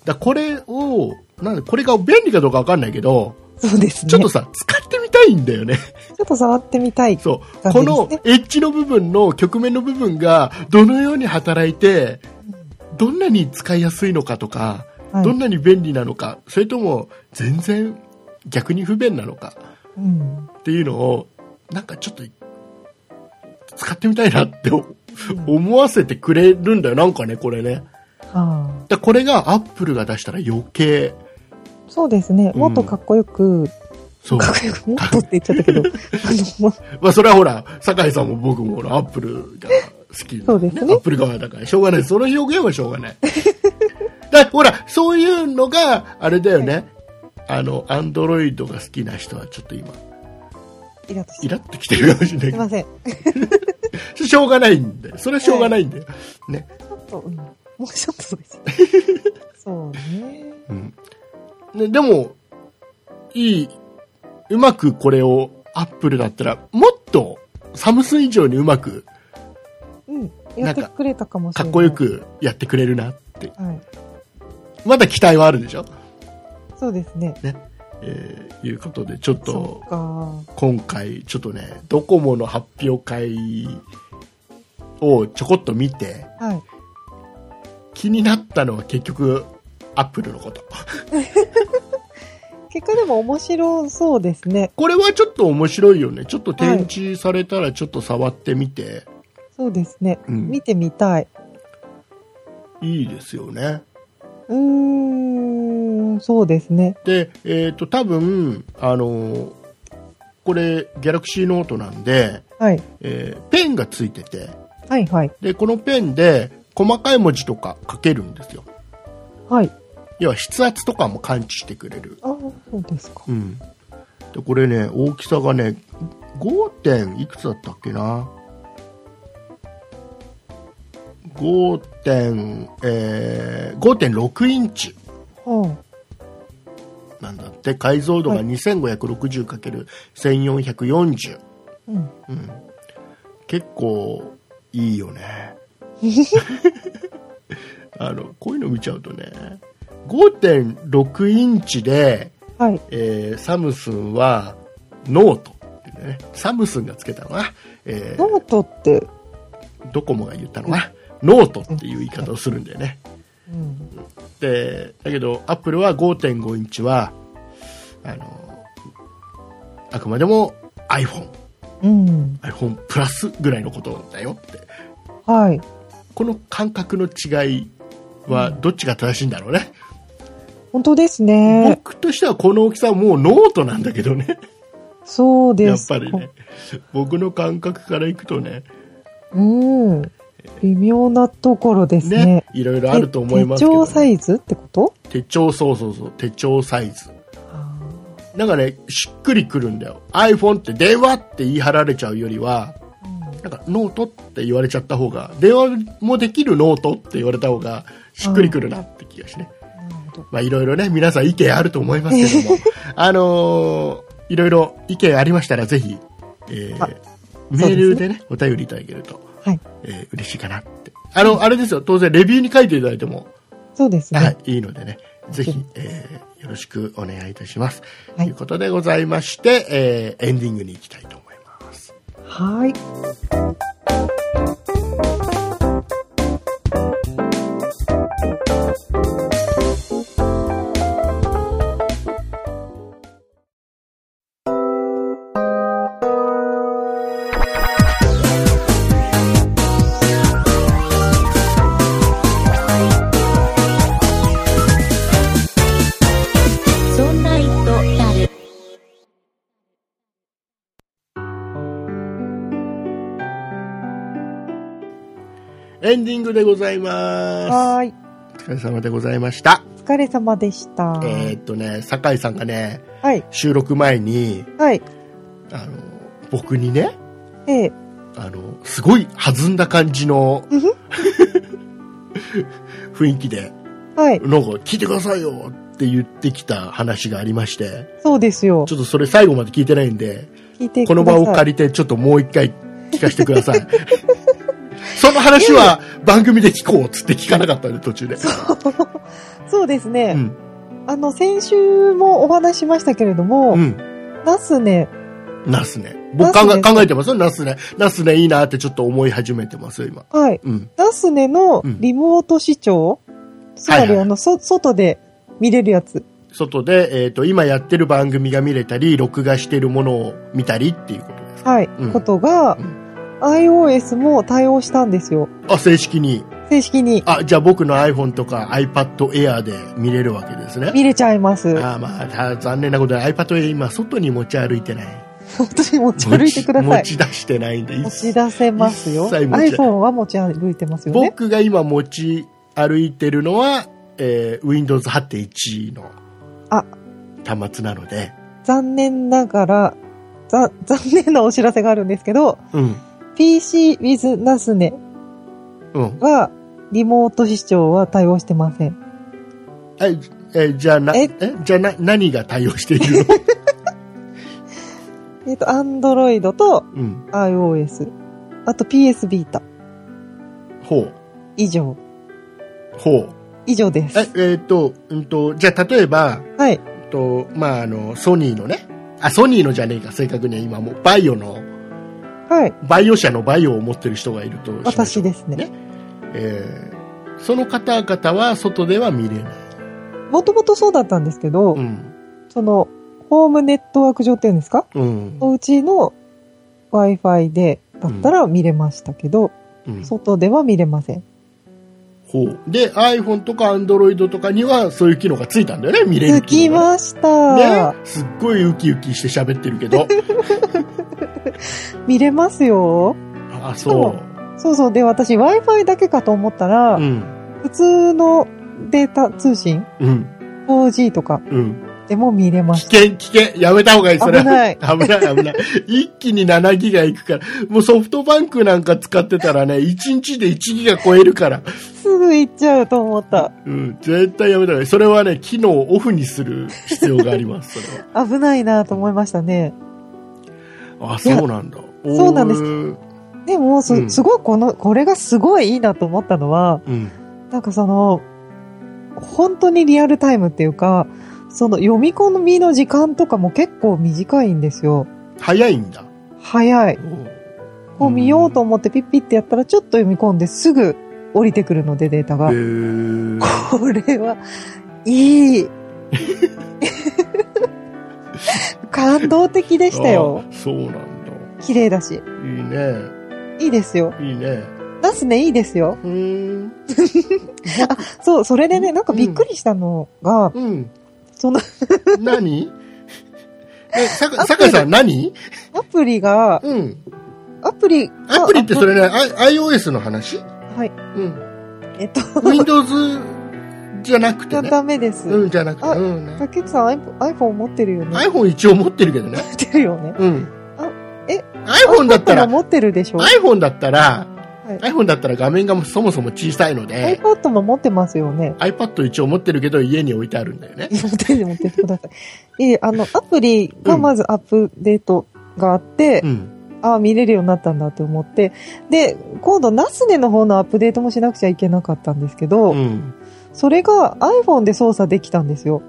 [SPEAKER 2] だからこれを、なんで、これが便利かどうかわかんないけど、
[SPEAKER 3] そうですね。
[SPEAKER 2] ちょっとさ、使ってみたいんだよね。
[SPEAKER 3] ちょっと触ってみたい。
[SPEAKER 2] そう。このエッジの部分の局面の部分がどのように働いて、どんなに使いやすいのかとか、
[SPEAKER 3] はい
[SPEAKER 2] どんなに便利なのか、それとも全然逆に不便なのか
[SPEAKER 3] うん。
[SPEAKER 2] っていうのを、なんかちょっと使ってみたいなって思わせてくれるんだよ、なんかね、これね。
[SPEAKER 3] あ
[SPEAKER 2] だこれがアップルが出したら余計、
[SPEAKER 3] そうですね。
[SPEAKER 2] うん
[SPEAKER 3] もっとかっこよく、
[SPEAKER 2] そう。
[SPEAKER 3] かっこよく、もっとって言っちゃっ たけど、あの、
[SPEAKER 2] まあそれはほら、酒井さんも僕もほら、アップルが好き、
[SPEAKER 3] そうですね
[SPEAKER 2] アップル側だから、しょうがない。その表現はしょうがない。 だほら、そういうのが、あれだよね。あの、アンドロイドが好きな人はちょっと今、
[SPEAKER 3] イラッとし
[SPEAKER 2] イ
[SPEAKER 3] て。
[SPEAKER 2] ラッときてるかもしれない
[SPEAKER 3] す
[SPEAKER 2] け
[SPEAKER 3] い
[SPEAKER 2] ど
[SPEAKER 3] ません。ち
[SPEAKER 2] しょうがないんだよ。それはしょうがないんだよ。ね。
[SPEAKER 3] ょっと、うん。もうちょっとそう です。そうね。
[SPEAKER 2] うん。ね、でも、いい、うまくこれを、アップルだったら、もっと、サムスン以上にうまく、
[SPEAKER 3] うん。やってくれたかもしれ
[SPEAKER 2] か
[SPEAKER 3] な
[SPEAKER 2] っ
[SPEAKER 3] い。
[SPEAKER 2] こよ。くやってくれるなって。
[SPEAKER 3] はい。
[SPEAKER 2] まだ期待はあるでしょ
[SPEAKER 3] そうですね。
[SPEAKER 2] えーいうことで、ちょっ
[SPEAKER 3] そ
[SPEAKER 2] と
[SPEAKER 3] う、か。
[SPEAKER 2] 今回、ちょっとね、ドコモの発表会をちょこっと見て、
[SPEAKER 3] はい。
[SPEAKER 2] 気になったのは結局、アップルのこと。
[SPEAKER 3] 結果でも面白そうですね。
[SPEAKER 2] これはちょっと面白いよね。ちょっと展示されたらちょっと触ってみて、
[SPEAKER 3] そうですね。
[SPEAKER 2] うん
[SPEAKER 3] 見てみたい。
[SPEAKER 2] いいですよね。
[SPEAKER 3] うーん、そうですね。
[SPEAKER 2] で、えっ、と、多分、あのーこれ、ギャラクシーノートなんで、
[SPEAKER 3] はい。
[SPEAKER 2] えーペンがついてて、
[SPEAKER 3] はいはい。
[SPEAKER 2] で、このペンで細かい文字とか書けるんですよ。
[SPEAKER 3] はい。
[SPEAKER 2] 要は筆圧とかも感知してくれる。
[SPEAKER 3] ああ、そうですか。
[SPEAKER 2] うん。で、これね、大きさがね、5. 点いくつだったっけな ?5. 点、えー、5.6インチ
[SPEAKER 3] は
[SPEAKER 2] なんだって、解像度が
[SPEAKER 3] はい
[SPEAKER 2] 2560×1440。
[SPEAKER 3] あ。うん。
[SPEAKER 2] うん。結構いいよね。 あの、こういうの見ちゃうとね、5.6インチで、
[SPEAKER 3] はい。
[SPEAKER 2] えーサムスンはノートっていうんだよね。サムスンがつけたのかな、えー
[SPEAKER 3] ノートって、
[SPEAKER 2] ドコモが言ったのかなノートっていう言い方をするんだよね。
[SPEAKER 3] うん。
[SPEAKER 2] で、だけど、アップルは5.5インチは、あの、あくまでも iPhone、
[SPEAKER 3] うん。
[SPEAKER 2] iPhone プラスぐらいのことだよって。
[SPEAKER 3] はい。
[SPEAKER 2] この感覚の違いはどっちが正しいんだろうね。
[SPEAKER 3] 本当ですね。
[SPEAKER 2] 僕としてはこの大きさはもうノートなんだけどね。
[SPEAKER 3] そう
[SPEAKER 2] や
[SPEAKER 3] で
[SPEAKER 2] っ
[SPEAKER 3] す。
[SPEAKER 2] ぱりね。僕の感覚からいくとね、
[SPEAKER 3] うん。微妙なところですね。
[SPEAKER 2] ね、いろいろあると思いますけ
[SPEAKER 3] 手
[SPEAKER 2] ど、
[SPEAKER 3] 帳サイズってこと
[SPEAKER 2] 手帳、そうそうそう、手帳サイズ。
[SPEAKER 3] あ
[SPEAKER 2] なんかね、しっくりくるんだよ。iPhone って電話って言い張られちゃうよりは、なんかノートって言われちゃった方が、電話もできるノートって言われた方が、しっくりくるなって気がしね。
[SPEAKER 3] あ。なるほど。
[SPEAKER 2] まあいろいろね、皆さん意見あると思いますけ ども、あのーいろいろ意見ありましたらぜひ、えー
[SPEAKER 3] あ
[SPEAKER 2] メールでね、お便りいただけると、
[SPEAKER 3] はい。
[SPEAKER 2] えー嬉しいかなって。あの、あれですよ、当然レビューに書いていただいても、
[SPEAKER 3] そうですね。
[SPEAKER 2] はい、いいのでね、ぜひ、えーよろしくお願いいたします。
[SPEAKER 3] はい
[SPEAKER 2] ということでございまして、えーエンディングに行きたいと思います。
[SPEAKER 3] はい。
[SPEAKER 1] そんな糸だる。
[SPEAKER 2] エンディングでございま
[SPEAKER 3] はーい。
[SPEAKER 2] す。お疲れ様でございました。
[SPEAKER 3] お疲れ様でした。
[SPEAKER 2] えーっとね、酒井さんがね、
[SPEAKER 3] はい。
[SPEAKER 2] 収録前に、
[SPEAKER 3] はい。
[SPEAKER 2] あの、僕にね、
[SPEAKER 3] ええ
[SPEAKER 2] あの、すごい弾んだ感じの
[SPEAKER 3] うふ、
[SPEAKER 2] 雰囲気で、
[SPEAKER 3] はい。
[SPEAKER 2] なんか聞いてくださいよって言ってきた話がありまして、
[SPEAKER 3] そうですよ
[SPEAKER 2] ち。ょっとそれ最後まで聞いてないんで、
[SPEAKER 3] 聞いてください。
[SPEAKER 2] この場を借りてちょっともう一回聞かせてくださ い。その話は番組で聞こうっつって聞かなかったんで途中で。
[SPEAKER 3] そうですね。
[SPEAKER 2] うん。
[SPEAKER 3] あの、先週もお話ししましたけれども
[SPEAKER 2] う、ん。
[SPEAKER 3] ナスネ、
[SPEAKER 2] ナスね。僕
[SPEAKER 3] ナス
[SPEAKER 2] 考え
[SPEAKER 3] ね
[SPEAKER 2] 考えてますよ、ナスね。ナスねいいなってちょっと思い始めてますよ、今。
[SPEAKER 3] はい。
[SPEAKER 2] うん。
[SPEAKER 3] ナスネのリモート視聴、つま
[SPEAKER 2] はい
[SPEAKER 3] り
[SPEAKER 2] はい
[SPEAKER 3] あの、そ、外で見れるやつ。
[SPEAKER 2] 外で、えっ、と、今やってる番組が見れたり、録画してるものを見たりっていうことですか。
[SPEAKER 3] はい。
[SPEAKER 2] うん
[SPEAKER 3] ことが
[SPEAKER 2] うん、
[SPEAKER 3] iOS も対応したんですよ。
[SPEAKER 2] あ、正式に。
[SPEAKER 3] 正式に
[SPEAKER 2] あ、じゃあ僕の iPhone とか iPad Air で見れるわけですね。
[SPEAKER 3] 見れちゃいます。
[SPEAKER 2] あーまあ、た残念なことで iPad Air 今外に持ち歩いてない。
[SPEAKER 3] 本当に持ち歩いてください
[SPEAKER 2] 持。ち出してないんで。
[SPEAKER 3] 持ち出せますよ。
[SPEAKER 2] 一切持ち出
[SPEAKER 3] iPhone は持ち歩いてますよね。
[SPEAKER 2] 僕が今持ち歩いてるのは、えー Windows 8.1の
[SPEAKER 3] あ
[SPEAKER 2] 端末なので、
[SPEAKER 3] 残念ながら、ざ 残念なお知らせがあるんですけど、
[SPEAKER 2] うん、
[SPEAKER 3] PC with ナスネ
[SPEAKER 2] うん。
[SPEAKER 3] は、リモート視聴は対応してません。
[SPEAKER 2] え、えじゃあな、え
[SPEAKER 3] え
[SPEAKER 2] じゃあな、何が対応している の
[SPEAKER 3] えっ、と、Android と
[SPEAKER 2] うん、
[SPEAKER 3] iOS。あと PS ビータ。
[SPEAKER 2] ほう、
[SPEAKER 3] 以上。
[SPEAKER 2] ほう。
[SPEAKER 3] 以上です
[SPEAKER 2] え。、えーっと、うんと、じゃあ例えば、
[SPEAKER 3] はい。
[SPEAKER 2] えっと、まあ、あの、ソニーのね、あ、ソニーのじゃねえか、正確には今もう、バイオの、
[SPEAKER 3] はい。
[SPEAKER 2] バイオ社のバイオを持ってる人がいるとしましょう
[SPEAKER 3] 私ですね。
[SPEAKER 2] えーその方々は外では見れない。
[SPEAKER 3] もともとそうだったんですけど、
[SPEAKER 2] うん。
[SPEAKER 3] その、ホームネットワーク上っていうんですか
[SPEAKER 2] うん。
[SPEAKER 3] お家の Wi-Fi で、だったら見れましたけど、
[SPEAKER 2] うん、
[SPEAKER 3] 外では見れません。
[SPEAKER 2] ほう。で、iPhone とか Android とかにはそういう機能がついたんだよね、見れる
[SPEAKER 3] 着
[SPEAKER 2] 機
[SPEAKER 3] き
[SPEAKER 2] 能がね。
[SPEAKER 3] ました、
[SPEAKER 2] ね、すっごいウキウキして喋ってるけ ど。
[SPEAKER 3] 見れますよ。
[SPEAKER 2] あ、そ
[SPEAKER 3] そうそう。で、私 Wi-Fi だけかと思ったら、
[SPEAKER 2] う。うん。
[SPEAKER 3] 普通のデータ通信、
[SPEAKER 2] うん。
[SPEAKER 3] 4G とか
[SPEAKER 2] うん。
[SPEAKER 3] でも見れま
[SPEAKER 2] 危
[SPEAKER 3] し
[SPEAKER 2] 険、危険。やめた方がいい、
[SPEAKER 3] た。
[SPEAKER 2] それ
[SPEAKER 3] 危。ない。
[SPEAKER 2] 危ない、危ない。一気に7ギガいくから。もうソフトバンクなんか使ってたらね、1日で1ギガ超えるから。
[SPEAKER 3] すぐ行っちゃうと思った。
[SPEAKER 2] うん、絶対やめた方がいい。それはね、機能をオフにする必要があります、それは。
[SPEAKER 3] 危ないなと思いましたね。
[SPEAKER 2] あ、そうなんだ。
[SPEAKER 3] そうなんです
[SPEAKER 2] おー
[SPEAKER 3] でも、す、
[SPEAKER 2] うん
[SPEAKER 3] すごいこの、これがすごいいいなと思ったのは、
[SPEAKER 2] うん。
[SPEAKER 3] なんかその、本当にリアルタイムっていうか、その読み込みの時間とかも結構短いんですよ。
[SPEAKER 2] 早いんだ。
[SPEAKER 3] 早い。こう見ようと
[SPEAKER 2] 思
[SPEAKER 3] 思ってピッピってやったらちょっと読み込んですぐ降りてくるのでデータが。
[SPEAKER 2] うん。へー
[SPEAKER 3] これは、い い。感動的でしたよ。
[SPEAKER 2] あそうなんだ。
[SPEAKER 3] 綺麗だし。
[SPEAKER 2] いいね。
[SPEAKER 3] いいですよ。
[SPEAKER 2] いいね。
[SPEAKER 3] ナスね、いいですよ。
[SPEAKER 2] うーん。
[SPEAKER 3] そう、それでね、なんかびっくりしたのが、
[SPEAKER 2] うん。
[SPEAKER 3] その
[SPEAKER 2] 何え、さか、さかさん何
[SPEAKER 3] アプリが、
[SPEAKER 2] うん。
[SPEAKER 3] アプリが、
[SPEAKER 2] アプリってそれね、I- iOS の話
[SPEAKER 3] はい。
[SPEAKER 2] うん。
[SPEAKER 3] えっと、
[SPEAKER 2] Windows じゃなくて
[SPEAKER 3] の
[SPEAKER 2] ね。
[SPEAKER 3] ためです。
[SPEAKER 2] うん、じゃなくて。
[SPEAKER 3] あ
[SPEAKER 2] うんね。
[SPEAKER 3] 竹内さん iPhone- iPhone 持ってるよね。
[SPEAKER 2] iPhone 一応持ってるけどね。
[SPEAKER 3] 持ってるよね。
[SPEAKER 2] うん。
[SPEAKER 3] あえ
[SPEAKER 2] iPhone だった
[SPEAKER 3] iPad
[SPEAKER 2] ら、
[SPEAKER 3] も持ってるでしょ
[SPEAKER 2] iPhone だったら、
[SPEAKER 3] い
[SPEAKER 2] iPhone だったら画面がそもそも小さいので、
[SPEAKER 3] iPad も持ってますよね。
[SPEAKER 2] iPad 一応持ってるけど家に置いてあるんだよね。
[SPEAKER 3] 持ってる持ってってください。いえ、あの、アプリがまずアップデートがあって、
[SPEAKER 2] うん。
[SPEAKER 3] ああ、見れるようになったんだって思って、で、今度、ナスネの方のアップデートもしなくちゃいけなかったんですけど、
[SPEAKER 2] うん。
[SPEAKER 3] それが iPhone で操作できたんですよ。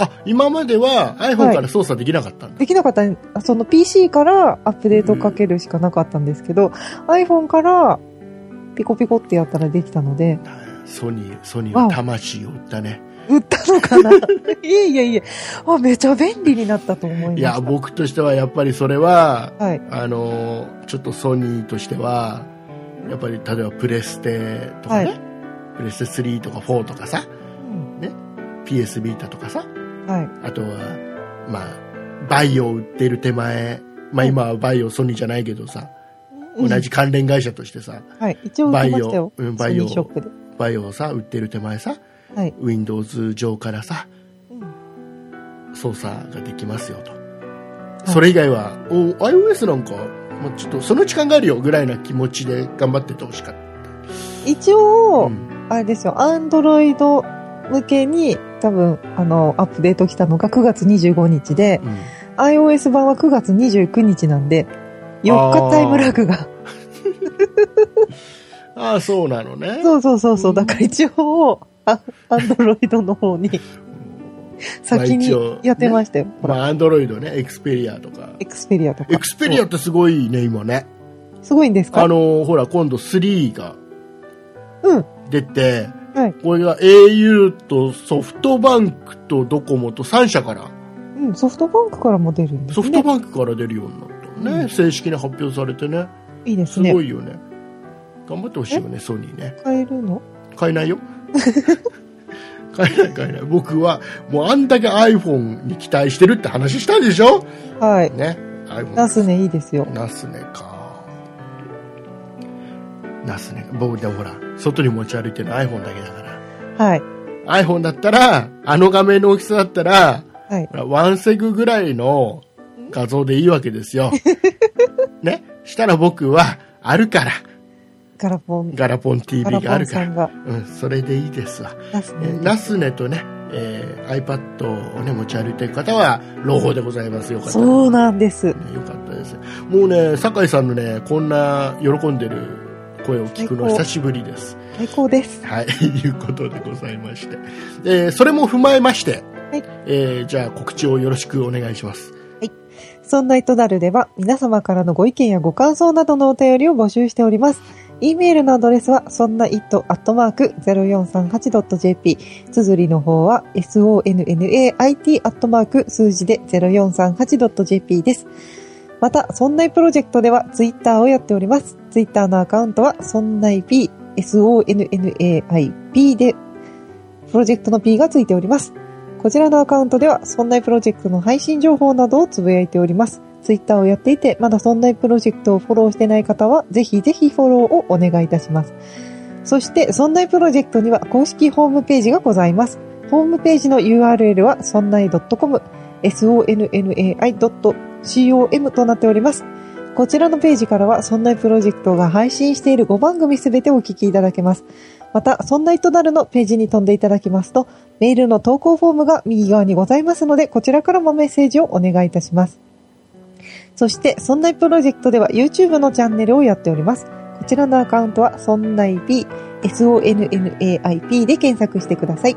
[SPEAKER 2] あ、今までは iPhone から操作できなかったんだ。
[SPEAKER 3] できなかった、あその PC からアップデートかけるしかなかったんですけど、iPhone からピコピコってやったらできたので、
[SPEAKER 2] ソニー、ソニーは魂を売ったね。
[SPEAKER 3] 売ったの かないえいえいえ、あ、めちゃ便利になったと思いました。
[SPEAKER 2] いや、僕としてはやっぱりそれは、
[SPEAKER 3] はい。
[SPEAKER 2] あのー、ちょっとソニーとしては、やっぱり例えばプレステとかね、
[SPEAKER 3] は
[SPEAKER 2] プレステ3とか4とかさ、
[SPEAKER 3] うん、
[SPEAKER 2] PS ビータとかさ、
[SPEAKER 3] はい。
[SPEAKER 2] あとは、まあ、バイオを売ってる手前、まあ今はバイオソニーじゃないけどさ、同じ関連会社としてさ、
[SPEAKER 3] はい。一応売ってましたよ。
[SPEAKER 2] バイオうんバイオ
[SPEAKER 3] ソニーショップで。
[SPEAKER 2] バイオをさ、売ってる手前さ、
[SPEAKER 3] はい。
[SPEAKER 2] Windows 上からさ、
[SPEAKER 3] うん
[SPEAKER 2] 操作ができますよと。それ以外は、お iOS なんか、もうちょっとそのうち考えるよぐらいな気持ちで頑張っててほしかった。
[SPEAKER 3] 一応、
[SPEAKER 2] うん
[SPEAKER 3] あれですよ、アンドロイド向けに、多分、あの、アップデート来たのが9月25日で、
[SPEAKER 2] うん
[SPEAKER 3] iOS 版は9月29日なんで、4
[SPEAKER 2] あー
[SPEAKER 3] 日タイムラグが。
[SPEAKER 2] ああ、そうなのね。
[SPEAKER 3] そうそうそうそう
[SPEAKER 2] ん
[SPEAKER 3] う。だから一応、あアンドロイドの方 に、先
[SPEAKER 2] 一
[SPEAKER 3] に
[SPEAKER 2] 応
[SPEAKER 3] やってましたよ。ほら、
[SPEAKER 2] まあ、Android ね、Xperia とか。
[SPEAKER 3] エクスペリアとか。
[SPEAKER 2] Xperia ってすごいね、今ね。
[SPEAKER 3] すごいんですか
[SPEAKER 2] あのー、ほら、今度3が
[SPEAKER 3] うん。
[SPEAKER 2] 出て、
[SPEAKER 3] はい
[SPEAKER 2] これが au とソフトバンクとドコモと3社から
[SPEAKER 3] うん、ソフトバンクからも出るんです
[SPEAKER 2] ソ
[SPEAKER 3] ね。
[SPEAKER 2] フトバンクから出るようになったの、ね、正式に発表されてね
[SPEAKER 3] いいですすね。
[SPEAKER 2] ごいよね頑張ってほしいよねソニーね
[SPEAKER 3] 買えるの
[SPEAKER 2] 買えないよ 買えない買えない僕はもうあんだけ iPhone に期待してるって話したでしょ
[SPEAKER 3] はい。
[SPEAKER 2] ね
[SPEAKER 3] ナ
[SPEAKER 2] iPhone
[SPEAKER 3] スね、いいですよ。
[SPEAKER 2] ナスネかナスネか僕でもほら外に持ち歩いてるの iPhone だけだから
[SPEAKER 3] はい。
[SPEAKER 2] iPhone だったら、あの画面の大きさだったら、
[SPEAKER 3] はい。
[SPEAKER 2] ワンセグぐらいの画像でいいわけです よ。ね。したら僕は、あるから。
[SPEAKER 3] ガラポン。
[SPEAKER 2] ガラポン TV
[SPEAKER 3] ガラ
[SPEAKER 2] があ
[SPEAKER 3] ポン
[SPEAKER 2] るか
[SPEAKER 3] さん
[SPEAKER 2] ら。
[SPEAKER 3] が。
[SPEAKER 2] うん、それでいいですわ。
[SPEAKER 3] ナス
[SPEAKER 2] え
[SPEAKER 3] ね。
[SPEAKER 2] ーナスネとね、えー iPad をね、持ち歩いてる方は、朗報でございます。よかったら。ね
[SPEAKER 3] そうなんです。
[SPEAKER 2] よかったです。もうね、酒井さんのね、こんな喜んでる声を聞くの
[SPEAKER 3] 最高
[SPEAKER 2] 久しぶりです。
[SPEAKER 3] 最高です。
[SPEAKER 2] はい、 いうことでございまして、えーそれも踏まえまして、
[SPEAKER 3] はい
[SPEAKER 2] えーじゃあ告知をよろしくお願いします。
[SPEAKER 3] そんな糸だるでは皆様からのご意見やご感想などのお便りを募集しております。e メールのアドレスは、そんな it.0438.jp。綴りの方は、sonnait. 数字で 0438.jp です。また、そんないプロジェクトでは、ツイッターをやっております。ツイッターのアカウントは、そんない p、sonnaip で、プロジェクトの p がついております。こちらのアカウントでは、そんないプロジェクトの配信情報などをつぶやいております。ツイッターをやっていて、まだそんないプロジェクトをフォローしてない方は、ぜひぜひフォローをお願いいたします。そして、そんないプロジェクトには公式ホームページがございます。ホームページの URL は、そんない .com、sonnai.com となっております。こちらのページからは、そんないプロジェクトが配信している5番組すべてお聞きいただけます。また、そんないとなるのページに飛んでいただきますと、メールの投稿フォームが右側にございますので、こちらからもメッセージをお願いいたします。そして、そんないプロジェクトでは YouTube のチャンネルをやっております。こちらのアカウントは、そんない P、sonnaip で検索してください。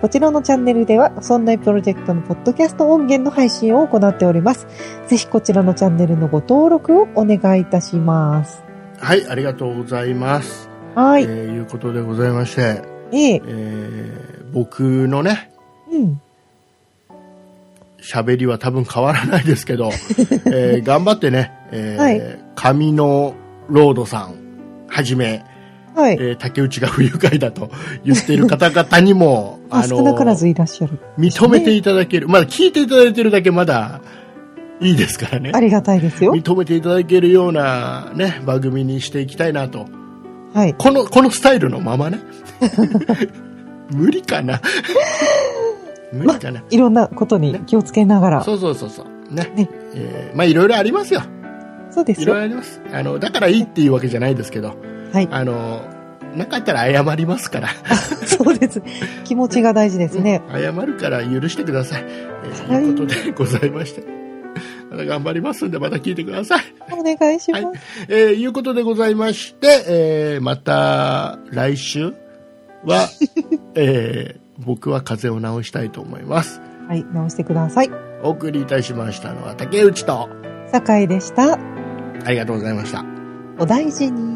[SPEAKER 3] こちらのチャンネルでは、そんないプロジェクトのポッドキャスト音源の配信を行っております。ぜひこちらのチャンネルのご登録をお願いいたします。
[SPEAKER 2] はい、ありがとうございます。
[SPEAKER 3] は
[SPEAKER 2] えー
[SPEAKER 3] い。
[SPEAKER 2] いうことでございまして、
[SPEAKER 3] ええ
[SPEAKER 2] え。ー僕のね、
[SPEAKER 3] うん。
[SPEAKER 2] 喋りは多分変わらないですけ ど、えー頑張ってね、えー
[SPEAKER 3] はい
[SPEAKER 2] 上野ロードさんはじめ、
[SPEAKER 3] はい。
[SPEAKER 2] えー竹内が不愉快だと言っている方々にも、
[SPEAKER 3] あ、少なからずいらっしゃる。
[SPEAKER 2] 認めていただける、まだ聞いていただいてるだけまだいいですからね
[SPEAKER 3] あ、りがたいですよ。
[SPEAKER 2] 認めていただけるような、ね、番組にしていきたいなと、
[SPEAKER 3] はい。
[SPEAKER 2] このこのスタイルのま まね、無理かな、無理かな、
[SPEAKER 3] いろんなことに気をつけながら。
[SPEAKER 2] そうそうそうそう、ね
[SPEAKER 3] ね
[SPEAKER 2] えーまあ、いろいろありますよ、
[SPEAKER 3] そうです
[SPEAKER 2] いろい
[SPEAKER 3] よ
[SPEAKER 2] ろ。ありますあの、だからいいっていうわけじゃないですけど、
[SPEAKER 3] はい。
[SPEAKER 2] あのなかったら謝りますから、
[SPEAKER 3] そうです。気持ちが大事ですね。
[SPEAKER 2] 謝るから許してください、えー
[SPEAKER 3] はい
[SPEAKER 2] いうことでございまして、また頑張りますんで、また聞いてください。
[SPEAKER 3] お願いしま
[SPEAKER 2] はい
[SPEAKER 3] す。、
[SPEAKER 2] えーいうことでございまして、えーまた来週 は、えー僕は風邪を治したいと思います。
[SPEAKER 3] はい。直してください。
[SPEAKER 2] お送りいたしましたのは竹内と、
[SPEAKER 3] 酒井でした。
[SPEAKER 2] ありがとうございました。
[SPEAKER 3] お大事に。